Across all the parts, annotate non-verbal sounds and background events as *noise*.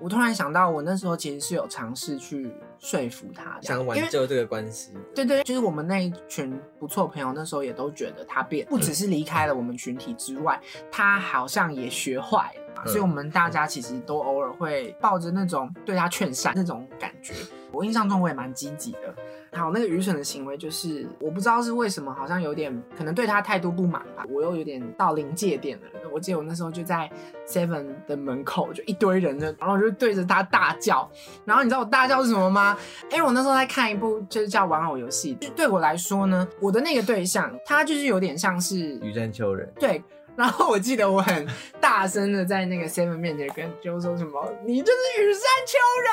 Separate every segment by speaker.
Speaker 1: 我突然想到，我那时候其实是有尝试去说服他这样，
Speaker 2: 想
Speaker 1: 因为
Speaker 2: 挽救这个关系，
Speaker 1: 对对，就是我们那一群不错朋友，那时候也都觉得他变，不只是离开了我们群体之外，他好像也学坏了嘛。
Speaker 2: 嗯
Speaker 1: 所以我们大家其实都偶尔会抱着那种对他劝善那种感觉。我印象中我也蛮积极的。好，那个愚蠢的行为就是，我不知道是为什么，好像有点可能对他态度不满吧。我又有点到临界点了。我记得我那时候就在 Seven 的门口，就一堆人的，然后我就对着他大叫。然后你知道我大叫是什么吗？因为我那时候在看一部就是叫《玩偶游戏》，就对我来说呢，我的那个对象他就是有点像是
Speaker 2: 羽山丘人，
Speaker 1: 对。然后我记得我很大声的在那个 Seven 面前跟 Joe 说什么：“你就是羽山丘人！”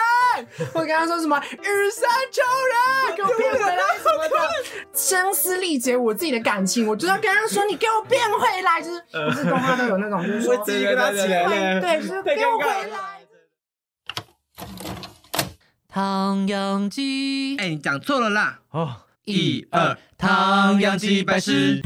Speaker 1: 我跟他说什么“羽山丘人”，给我变
Speaker 2: 啊
Speaker 1: 回来什么的，声嘶力竭我自己的感情，我就要跟他说：“你给我变回来！”就是不是动画都有那种，就是说
Speaker 2: 我鸡皮疙瘩起来了
Speaker 1: 对，就是
Speaker 2: 太
Speaker 1: 给我
Speaker 2: 尴
Speaker 1: 回
Speaker 2: 尬
Speaker 1: 来。
Speaker 2: 了。
Speaker 3: 唐扬鸡，
Speaker 4: 哎、你讲错了啦！
Speaker 3: 哦，
Speaker 4: 一二
Speaker 3: 唐扬鸡拜师。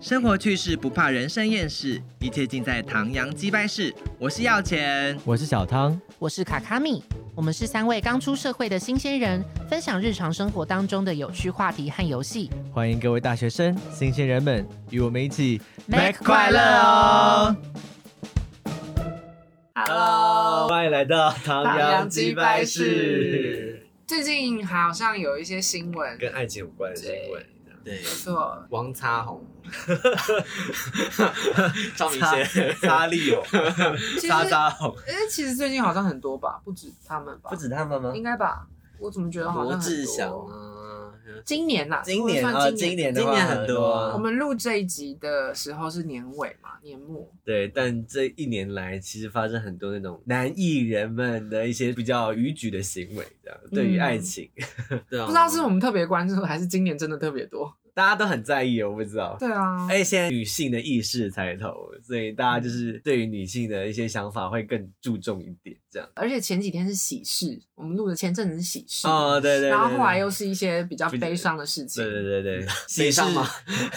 Speaker 4: 生活趣事不怕人生厌世，一切尽在唐阳鸡掰式。我是要钱，
Speaker 3: 我是小汤，
Speaker 5: 我是卡卡米，我们是三位刚出社会的新鲜人，分享日常生活当中的有趣话题和游戏。
Speaker 3: 欢迎各位大学生、新鲜人们与我们一起
Speaker 5: Mac 快乐
Speaker 2: 哦
Speaker 5: 哦！
Speaker 1: Hello，
Speaker 3: 欢迎来到唐
Speaker 1: 扬鸡拜师，最近好像有一些新闻，
Speaker 3: 跟爱情有关的新闻。
Speaker 2: 对，
Speaker 1: 没错，
Speaker 2: 王擦
Speaker 3: *laughs*
Speaker 2: 红，赵明贤，
Speaker 3: 沙利
Speaker 2: *laughs*
Speaker 3: 哦，
Speaker 1: 其实
Speaker 3: 沙沙红，
Speaker 1: 哎、其实最近好像很多吧，不止他们吧，
Speaker 3: 不止他们吗？
Speaker 1: 应该吧？我怎么觉得好
Speaker 2: 罗
Speaker 1: 像很多
Speaker 2: 志祥啊，
Speaker 1: 今年啦，
Speaker 3: 今年
Speaker 1: 如果
Speaker 3: 啊，
Speaker 1: 算
Speaker 3: 今
Speaker 1: 今
Speaker 3: 年的
Speaker 2: 今
Speaker 3: 话呃
Speaker 2: 年很多啊
Speaker 1: 我们录这一集的时候是年尾嘛，年末。
Speaker 3: 对，但这一年来其实发生很多那种男艺人们的一些比较逾矩的行为，这样对于爱情，
Speaker 1: 嗯
Speaker 3: 哦
Speaker 2: 对啊，
Speaker 1: 不知道是我们特别关注，还是今年真的特别多？
Speaker 3: *laughs* 大家都很在意，我不知道。
Speaker 1: 对啊，
Speaker 3: 而且现在女性的意识抬头，所以大家就是对于女性的一些想法会更注重一点，这样。
Speaker 1: 而且前几天是喜事，我们录的前阵子是喜事，
Speaker 3: 哦，对对对。
Speaker 1: 然后后来
Speaker 3: 对
Speaker 1: 又是一些比较
Speaker 3: 比较
Speaker 1: 悲伤的事情。
Speaker 3: 对对对
Speaker 1: *laughs*
Speaker 3: 对，
Speaker 2: 悲伤吗 *laughs*
Speaker 3: 喜事？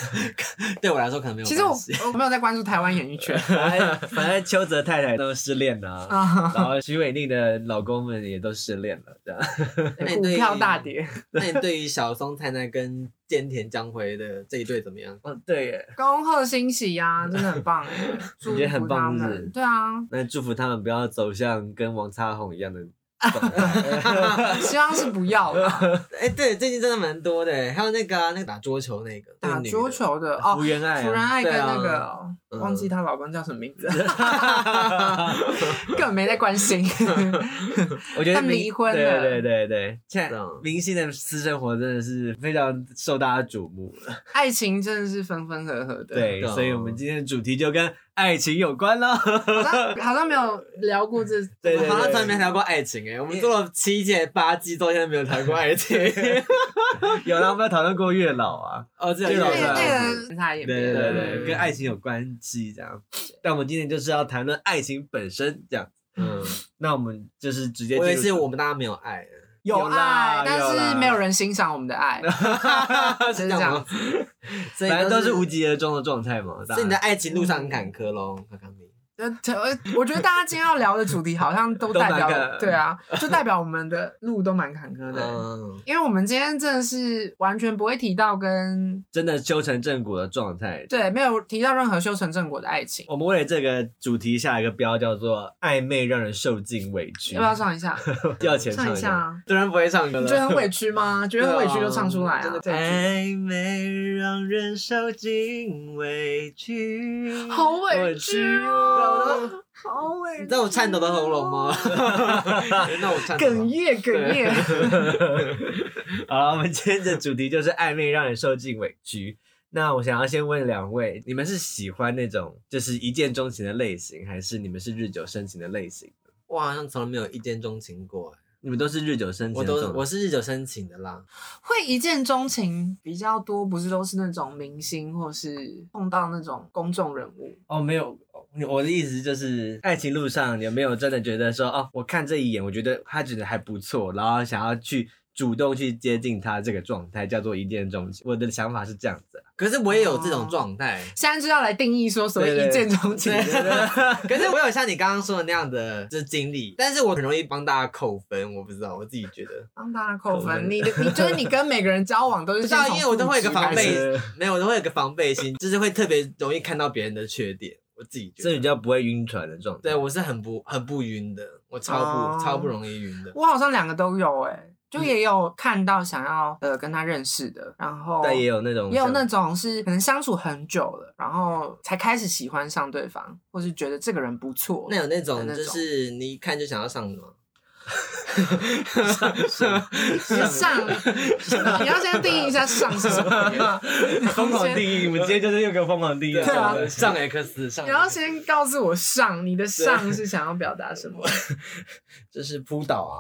Speaker 2: 对我来说可能没有
Speaker 1: 其实我
Speaker 2: 关系。
Speaker 1: 我没有在关注台湾演艺
Speaker 3: *laughs*
Speaker 1: 圈
Speaker 3: 反正反正邱泽太太都失恋了、啊。
Speaker 1: *laughs* 啊，
Speaker 3: 然后徐伟宁的老公们也都失恋了，这样。
Speaker 2: 那
Speaker 1: 股
Speaker 2: 你对
Speaker 1: 票大跌，
Speaker 2: 那你对于小松菜奈跟菅田将晖的这一对怎么样？
Speaker 3: 哦，对耶，
Speaker 1: 恭贺新喜呀、真的很
Speaker 3: *laughs*
Speaker 1: 棒哎，祝
Speaker 3: 你觉得
Speaker 1: 福
Speaker 3: 很
Speaker 1: 他
Speaker 3: 棒是不是
Speaker 1: 们。对
Speaker 3: *laughs*
Speaker 1: 啊，
Speaker 3: 那祝福他们不要走向跟王差红一样的状态。
Speaker 1: 希望是不要啦。
Speaker 2: *laughs*
Speaker 3: *laughs*
Speaker 2: 哎、对，最近真的蛮多的，还有那个、啊、那个打桌球那个
Speaker 1: 打桌，球的哦，
Speaker 3: 福原爱、
Speaker 1: 福原
Speaker 3: 啊，
Speaker 1: 爱跟
Speaker 2: 对啊
Speaker 1: 那个哦、
Speaker 2: 嗯
Speaker 1: 忘记她老公叫什么名
Speaker 3: *laughs*
Speaker 1: 字，根本没在关心。
Speaker 3: 我觉得
Speaker 1: 他们
Speaker 3: 明
Speaker 1: 离婚
Speaker 3: 对
Speaker 1: 了
Speaker 3: 对对对，现在
Speaker 2: 这样
Speaker 3: 明星的私生活真的是非常受大家瞩目了。
Speaker 1: 爱情真的是分分合合的，
Speaker 3: 对，
Speaker 2: 对啊
Speaker 3: 所以我们今天的主题就跟爱情有关 *laughs* 了。
Speaker 1: 好像好像没有聊过这，
Speaker 3: 对
Speaker 2: 我
Speaker 3: 对
Speaker 2: 们好像
Speaker 3: 对
Speaker 2: 从来没聊过爱情哎，我们做了七届八季，到现在没有谈过爱 *laughs* 情。
Speaker 3: 有啦，我们有讨论过月老啊，
Speaker 2: 哦，这
Speaker 3: 对
Speaker 1: 那
Speaker 3: 老
Speaker 1: 个
Speaker 3: 对
Speaker 1: 那
Speaker 2: 嗯
Speaker 1: 个他也
Speaker 3: 对
Speaker 1: 没
Speaker 3: 对对
Speaker 2: 对
Speaker 3: 对，跟爱情有关系这样。但我们今天就是要谈论爱情本身这样。
Speaker 2: 嗯，
Speaker 3: 那我们就是直接
Speaker 2: 我以为
Speaker 3: 进
Speaker 2: 是
Speaker 3: 入
Speaker 2: 我们大家没有爱，
Speaker 1: 有
Speaker 3: 有啦
Speaker 1: 爱，但
Speaker 3: 有啦
Speaker 1: 是没有人欣赏我们的
Speaker 3: *laughs*
Speaker 1: 爱，
Speaker 2: *laughs*
Speaker 1: 就是这样
Speaker 2: 吗。
Speaker 1: 子。
Speaker 2: 所以
Speaker 3: 反正都是无
Speaker 2: 无，
Speaker 3: 疾而终的状态嘛。大
Speaker 2: 所以你
Speaker 3: 家
Speaker 2: 的啊嗯爱情路上很坎坷喽，卡卡米。
Speaker 1: 呃，呃我觉得大家今天要聊的主题好像都
Speaker 3: *laughs* 都
Speaker 1: 代
Speaker 3: 蛮嗯
Speaker 1: 表，
Speaker 3: 坎
Speaker 1: 对啊，就代表我们的路都蛮坎坷的。
Speaker 2: 嗯，
Speaker 1: 因为我们今天真的是完全不会提到跟
Speaker 3: 真的修成正果的状态。
Speaker 1: 对没有提到任何修成正果的爱情，
Speaker 3: 我们为了这个主题下一个标叫做“暧昧让人受尽委屈”，
Speaker 1: 要不要上一
Speaker 2: *laughs*
Speaker 1: 下？
Speaker 3: *laughs* 要钱
Speaker 1: 唱一
Speaker 3: 一
Speaker 1: 下
Speaker 3: 下？
Speaker 1: 啊？
Speaker 2: 突然不会唱歌
Speaker 1: *laughs* 你觉得
Speaker 2: 了。
Speaker 3: *laughs*
Speaker 1: 很委屈吗？觉得很委屈就唱出来啊！
Speaker 2: 对
Speaker 1: 对
Speaker 3: 暧昧让人受尽委
Speaker 1: *laughs*
Speaker 3: 屈，
Speaker 1: 好委屈
Speaker 3: 哦，
Speaker 1: 哦，好委屈。
Speaker 2: 你知道我颤抖的喉咙 *laughs* 吗？那我颤
Speaker 1: *laughs*
Speaker 2: 抖
Speaker 1: 哽
Speaker 2: 吗。 *laughs*
Speaker 1: 咽，哽咽。
Speaker 3: 好了，我们今天的主题就是暧昧让人受尽委屈。那我想要先问两位，你们是喜欢那种就是一见钟情的类型，还是你们是日久生情的类型？
Speaker 2: 我好像从来没有一见钟情过，
Speaker 3: 你们都是日久生情
Speaker 2: 我
Speaker 3: 的状
Speaker 2: 都
Speaker 3: 态，
Speaker 2: 我是日久生情的啦。
Speaker 1: 会一见钟情比较多，不是都是那种明星，或是碰到那种公众人物。
Speaker 3: 哦，没有，我的意思就是，爱情路上有没有真的觉得说，哦，我看这一眼，我觉得他觉得还不错，然后想要去主动去接近他这个状态，叫做一见钟情。我的想法是这样子啊
Speaker 1: *laughs*
Speaker 3: 啦，
Speaker 2: 可是我也有这种状态，
Speaker 1: 现在就要来定义说所谓一见钟
Speaker 3: *laughs*
Speaker 1: 情，
Speaker 2: 对对对可是我有像你刚刚说的那样的就是经历，但是我很容易帮大家扣分，我不知道，我自己觉得。
Speaker 1: 帮大家扣分。你的，你就是你跟每个人交往都是
Speaker 2: 不知
Speaker 1: 先
Speaker 2: 道，
Speaker 1: 从
Speaker 2: 因为我都会有一个防
Speaker 1: 腹肌开
Speaker 2: 备
Speaker 1: 始，
Speaker 2: 没有，我都会有一个防备心，就是会特别容易看到别人的缺点。我自己觉
Speaker 3: 这
Speaker 2: 得，
Speaker 3: 比较不会晕船的状态。
Speaker 2: 对我是很不很不晕的，我超不、
Speaker 1: 哦
Speaker 2: 超不容易晕的。
Speaker 1: 我好像两个都有哎、
Speaker 3: 嗯
Speaker 1: 就也有看到想要呃跟他认识的，然后
Speaker 3: 但也有那
Speaker 1: 哦
Speaker 3: 种
Speaker 1: 也有
Speaker 3: 像
Speaker 1: 那种是可能相处很久了，然后才开始喜欢上对方，或是觉得这个人不错。
Speaker 2: 那有那种
Speaker 1: 那
Speaker 2: 就
Speaker 1: 种
Speaker 2: 是你一看就想要上的吗？
Speaker 1: 上
Speaker 3: 欸
Speaker 1: 上，你要先定义一下上是什
Speaker 3: *laughs*
Speaker 1: 么。
Speaker 3: 疯狂定义，我们今天就是又个疯狂定义。
Speaker 1: 对啊
Speaker 2: 上 X 上
Speaker 1: 你
Speaker 2: X，
Speaker 1: 要先告诉我上，你的上是想要表达什么？
Speaker 2: 就是扑倒啊，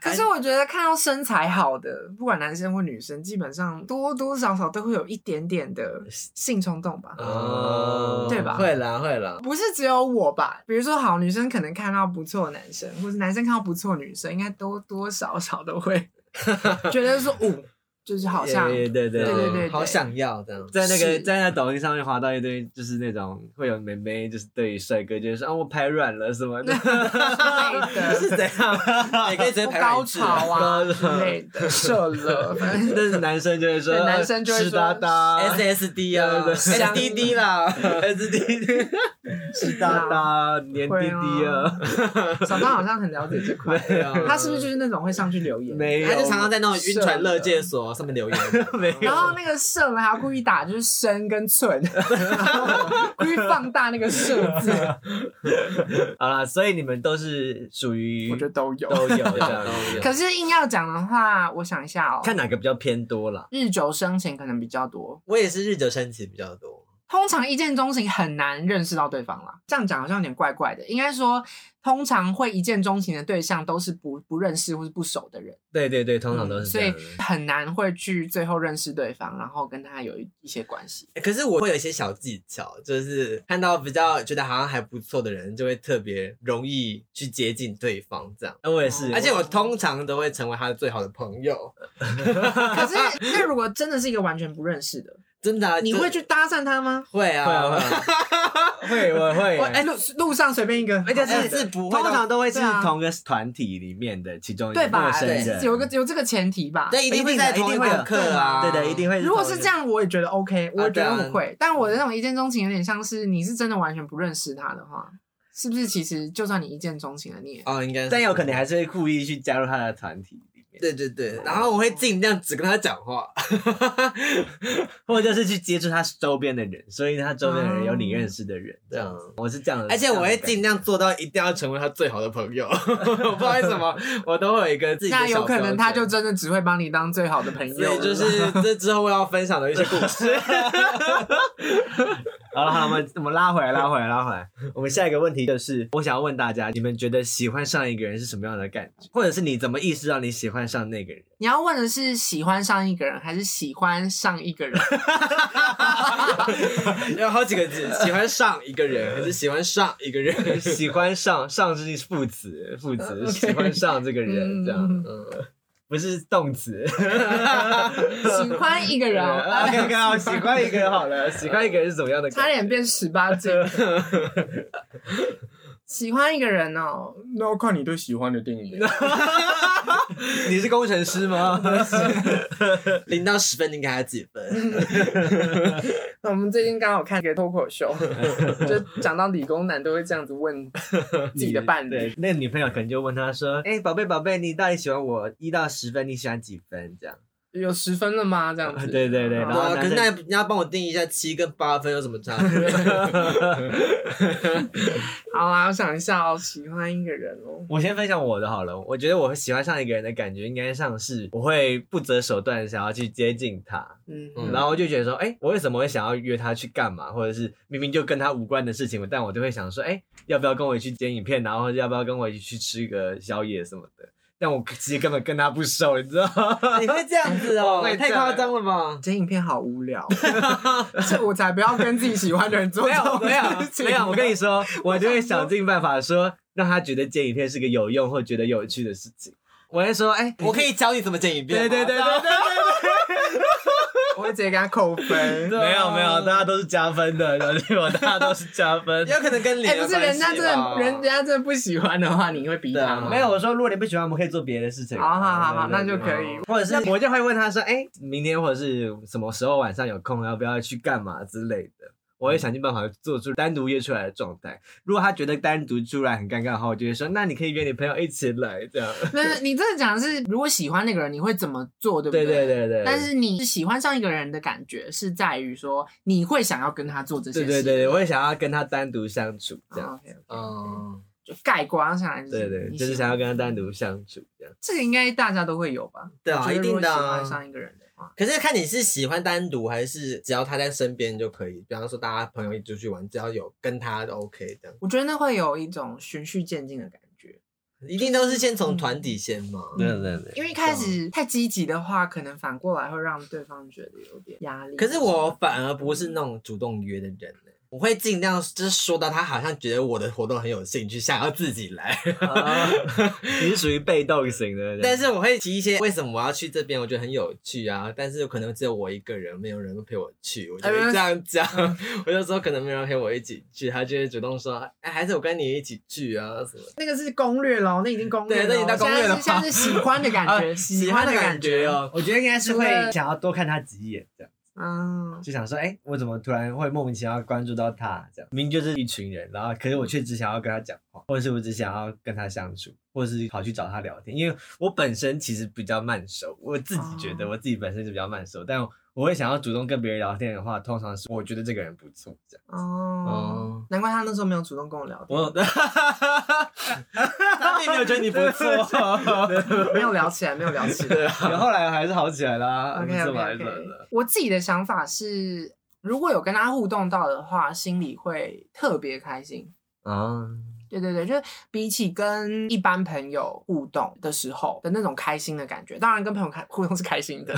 Speaker 1: 可是我觉得看到身材好的，不管男生或女生，基本上多多少少都会有一点点的性冲动吧。
Speaker 2: 哦，
Speaker 1: 对吧
Speaker 2: 会啦会啦，
Speaker 1: 不是只有我吧？比如说，好，女生可能看到不错的男生，或是男生看到不错的女生，应该多多少少都
Speaker 3: *laughs*
Speaker 1: 会觉得说，哦，就是好像 *laughs*
Speaker 3: 对对对
Speaker 1: 对对对
Speaker 2: 好想要这
Speaker 3: *laughs*
Speaker 2: 样。
Speaker 3: 在那个
Speaker 1: 是
Speaker 3: 在那抖音上面滑到一堆，就是那种会有妹妹，就是对于帅哥就是说啊我排卵了什么的，
Speaker 1: 之类的
Speaker 3: 是怎样？
Speaker 2: 也可以直接排
Speaker 1: 高
Speaker 2: 卵制
Speaker 1: 潮
Speaker 3: *laughs*
Speaker 1: 啊
Speaker 3: 高
Speaker 1: 之
Speaker 3: 潮
Speaker 1: 类的，
Speaker 3: *laughs*
Speaker 1: 射了，反正
Speaker 3: 但是男生就会说，
Speaker 1: 对男生就会说
Speaker 3: 湿哒哒，
Speaker 2: ，SSD 啊
Speaker 3: 对对对
Speaker 2: ，SDD 啦，SDD，
Speaker 3: 湿哒哒，黏滴滴啊，
Speaker 1: 小张好像很了解这
Speaker 3: *laughs*
Speaker 1: 块，
Speaker 2: 对啊
Speaker 1: 他是不是就是那种会上去留言？
Speaker 3: 没有
Speaker 2: 他，就常常在那种晕船乐界所上面留言，
Speaker 3: 没有
Speaker 1: 然后那个射呢，还要故意打就是深跟寸， *laughs* 然后故意放大那个射
Speaker 3: *laughs*
Speaker 1: 字，
Speaker 3: 好啦，所以你们都是属于
Speaker 1: 我觉得都有。
Speaker 3: 都有这样
Speaker 2: 都，有
Speaker 1: 可是硬要讲的话，我想一下哦，
Speaker 3: 看哪个比较偏多啦。
Speaker 1: 日久生情可能比较多。
Speaker 2: *laughs* 我也是日久生情比较多，
Speaker 1: 通常一见钟情很难认识到对方啦，这样讲好像有点怪怪的。应该说，通常会一见钟情的对象都是不不认识或是不熟的人，
Speaker 3: 对对对，通常都
Speaker 1: 嗯
Speaker 3: 是
Speaker 1: 所
Speaker 3: 这
Speaker 1: 以
Speaker 3: 样的。
Speaker 1: 很难会去最后认识对方，然后跟他有一一些关
Speaker 3: *laughs*
Speaker 1: 系。
Speaker 2: 欸可是我会有一些小技巧，就是看到比较觉得好像还不错的人，就会特别容易去接近对方这样。
Speaker 3: 哎我也是，
Speaker 2: 而且我通常都会成为他的最好的朋友，
Speaker 1: 可是，那如果真的是一个完全不认识
Speaker 3: *laughs*
Speaker 1: 的，
Speaker 2: 真的、啊。
Speaker 1: 你
Speaker 2: 就
Speaker 1: 会去？搭讪他吗？
Speaker 2: 会
Speaker 3: 会
Speaker 2: 啊，
Speaker 3: 啊会啊
Speaker 1: *laughs*
Speaker 3: 会我会
Speaker 1: 哦我，哎，路路上随便一个，
Speaker 2: *laughs*
Speaker 3: 哎
Speaker 2: 而且
Speaker 1: 好像
Speaker 2: 是是不会
Speaker 3: 通
Speaker 2: 到，
Speaker 3: 常都会是
Speaker 1: 对啊
Speaker 3: 同个团体里面的其中一个
Speaker 1: 对吧
Speaker 3: 陌？生
Speaker 2: 对
Speaker 3: 人，
Speaker 1: 有个有这个前提吧？
Speaker 2: 对，一定会在同一
Speaker 3: 一定会
Speaker 2: 个
Speaker 3: 有
Speaker 2: 课啊，
Speaker 3: 对的，一定会。
Speaker 1: 如果是这，样，我也觉得 OK，我也觉
Speaker 2: 对啊
Speaker 1: 得我会。但我的那种一见钟情有点像是你是真的完全不认识他的话，是不是？其实就算你一见钟情了，你也
Speaker 2: 哦，应该是。
Speaker 3: 但有可能还是会故意去加入他的团体里面，
Speaker 2: 对对对，然后我会尽量只跟他讲话，
Speaker 3: 或者就是去接触他周边的人，所以他周边的人有你
Speaker 1: 哦
Speaker 3: 认识的人，这
Speaker 2: 这
Speaker 3: 样
Speaker 2: 样。
Speaker 3: 我是这样的，
Speaker 2: 嗯而且我会尽
Speaker 3: 进，
Speaker 2: 量做到一定要成为他最好的朋友。 *laughs* 我不知道为什么，我都会有一个自己的
Speaker 1: 那有
Speaker 2: 小
Speaker 1: 可能
Speaker 2: 标
Speaker 1: 他
Speaker 2: 准
Speaker 1: 就真的只会把你当最好的朋
Speaker 2: 所
Speaker 1: 友
Speaker 2: 以
Speaker 1: 了，
Speaker 2: 就是这之后我要分享的一些故事。
Speaker 3: 好了好了，我们我们拉回来，拉回来，拉回来。我们下一个问题就是，我想要问大家，你们觉得喜欢上一个人是什么样的感觉，或者是你怎么意识到你喜欢上那个人？ *laughs*
Speaker 1: 你要问的是喜欢上一个人还是喜欢上一个人？ *laughs*
Speaker 2: 有好几个字，喜欢上一个人，还是喜欢上一个人？
Speaker 3: *laughs* 喜欢上上是副词，副
Speaker 2: 呃
Speaker 3: 词喜欢上这个人，这样，嗯，不是动词。
Speaker 1: 喜欢一个人
Speaker 2: *laughs*
Speaker 1: 哦，
Speaker 3: *laughs* 啊 OK OK，好，喜欢一个人好了，喜欢一个人是怎么样的
Speaker 1: 差
Speaker 3: 感
Speaker 1: 点变十八禁。喜欢一个人哦，那要看你对喜欢的定义。
Speaker 3: 觉？你是工程师吗？
Speaker 2: *laughs* 零到十分，你给他几分？
Speaker 1: 我们最近刚好看一个脱口秀， *laughs* 就讲到理工男都会这样子问自己的伴
Speaker 3: 对
Speaker 1: 侣，，
Speaker 3: 那个女朋友可能就问他说：“哎、宝贝宝贝，你到底喜欢我一到十分？你喜欢几分？”这样，
Speaker 1: 有十分了吗？这样子，
Speaker 3: 对对对
Speaker 1: 嗯
Speaker 3: 然
Speaker 2: 对
Speaker 3: 后
Speaker 2: 啊，可
Speaker 3: 男生
Speaker 2: 是那你要帮我定义一下七跟八分有什么
Speaker 1: *laughs*
Speaker 2: 差别？
Speaker 1: 好啦，我想一下哦，喜欢一个人哦，
Speaker 3: 我先分享我的好了。我觉得我喜欢上一个人的感觉，应该像是我会不择手段地想要去接近他，
Speaker 1: 嗯，
Speaker 2: 嗯
Speaker 3: 然后我就觉得说：“哎、我为什么会想要约他去干嘛？或者是明明就跟他无关的事情，但我就会想说：哎、要不要跟我一起去剪影片？然后或者要不要跟我一起去吃个宵夜什么的？”但我其实根本跟他不熟，你知道吗？
Speaker 2: 你会这样子哦
Speaker 3: 我会这
Speaker 2: *laughs* 太
Speaker 3: 样
Speaker 2: 夸张了吧？
Speaker 1: 剪影片好无 *laughs* 聊，这我才不要跟自己喜欢的人做
Speaker 3: 没
Speaker 1: 这
Speaker 3: 有
Speaker 1: 种 *laughs*
Speaker 3: 没有
Speaker 1: 事情 *laughs*
Speaker 3: 没有，我跟你说，我就会想尽办法说，让他觉得剪影片是个有用或觉得有趣的事情。我会说，哎、
Speaker 2: 我可以教你怎么剪影片吗。
Speaker 3: 对对对对对
Speaker 1: 我会直接给他扣
Speaker 3: *laughs*
Speaker 1: 分。
Speaker 3: 没有没有，大家都是加分的，对吧？大家都是加分。
Speaker 2: 也有可能跟脸
Speaker 1: 哎、
Speaker 2: 有
Speaker 1: 不
Speaker 2: 关
Speaker 1: 是
Speaker 2: 系吧。
Speaker 1: 人家真的，人人家真的不喜欢的话，你会逼
Speaker 2: 对
Speaker 1: 他
Speaker 2: 啊
Speaker 1: 吗？
Speaker 3: *laughs* 没有，我说如果你不喜欢，我们可以做别的事情。
Speaker 1: 好好好好
Speaker 3: 对对对
Speaker 1: 那就可以
Speaker 3: 或者是我就会问他说，哎、明天或者是什么时候晚上有空，要不要去干嘛之类的。我会想尽办法做出单独约出来的状态。如果他觉得单独出来很尴尬的话，我就会说，那你可以约你朋友一起来这样。 *laughs*
Speaker 1: 那你这个讲的是，如果喜欢那个人，你会怎么做，对不
Speaker 3: 对
Speaker 1: 对
Speaker 3: 对对对。
Speaker 1: 但是你喜欢上一个人的感觉是在于说，你会想要跟他做这些
Speaker 3: 对
Speaker 1: 事。啊
Speaker 3: 对对，我会想要跟他单独相处这样。
Speaker 1: o k
Speaker 2: 嗯，
Speaker 1: 就概括上来、
Speaker 3: 对对，哦就是想要跟他单独相处这样。
Speaker 1: 这个应该大家都会有吧？
Speaker 2: 对啊
Speaker 1: 我觉得
Speaker 2: 一定的啊
Speaker 1: 如果喜欢上一个人的话，
Speaker 2: 可是看你是喜欢单独还是只要他在身边就可以。比方说大家朋友一起出去玩，只要有跟他就 OK 这样。
Speaker 1: 我觉得那会有一种循序渐进的感觉。
Speaker 2: 一定都是先从团体先嘛。
Speaker 1: 嗯
Speaker 3: 对对对。
Speaker 1: 因为一
Speaker 2: 啊
Speaker 1: 开始太积极的话，可能反过来会让对方觉得有点压力。
Speaker 2: 可是我反而不是那种主动约的人呢、我会尽量就是说到他好像觉得我的活动很有兴趣，想要自己来。
Speaker 3: 你是属于被动型的人，
Speaker 2: 但是我会提一些为什么我要去这边，我觉得很有趣啊。但是可能只有我一个人，没有人陪我
Speaker 1: 哎
Speaker 2: 去，我就会这样讲。 *laughs* 我就说可能没有人陪我一起去，他就会主动说，哎，还是我跟你一起去啊什么的。
Speaker 1: 那个是攻略喽，那已经攻略
Speaker 2: 对那已
Speaker 1: 了。
Speaker 2: 经到攻略了
Speaker 1: 现在是现在是喜欢的感觉，
Speaker 2: *laughs* 啊
Speaker 1: 喜
Speaker 2: 喜
Speaker 1: 欢
Speaker 2: 欢
Speaker 1: 的
Speaker 2: 的
Speaker 1: 感
Speaker 2: 感觉。
Speaker 3: *laughs*
Speaker 2: 哦，
Speaker 3: 我觉得应该是会
Speaker 1: 除了
Speaker 3: 想要多看他几眼，这样
Speaker 1: 嗯，
Speaker 3: 就想说，哎、我怎么突然会莫名其妙关注到他？这样明明就是一群人，然后可是我却只想要跟他讲话，或者是我只想要跟他相处，或者是跑去找他聊天。因为我本身其实比较慢熟，我自己觉得
Speaker 1: 哦
Speaker 3: 我自己本身就比较慢熟，但我会想要主动跟别人聊天的话，通常是我觉得这个人不错，这样。
Speaker 1: 哦
Speaker 2: 哦，
Speaker 1: 难怪他那时候没有主动跟我聊天，
Speaker 3: 我 *laughs*
Speaker 2: 他并没有觉得你不错。
Speaker 1: 没有聊起来，没有聊起
Speaker 2: *laughs*
Speaker 1: 来。
Speaker 3: 后来还是好起来啦，
Speaker 1: OK
Speaker 3: 怎么
Speaker 1: OK
Speaker 3: 还
Speaker 1: 啊 OK
Speaker 3: 的。。
Speaker 1: 我自己的想法是，如果有跟他互动到的话，心里会特别开心。
Speaker 3: 啊，
Speaker 1: 对对对，就是比起跟一般朋友互动的时候的那种开心的感觉，当然跟朋友开互动是开心的，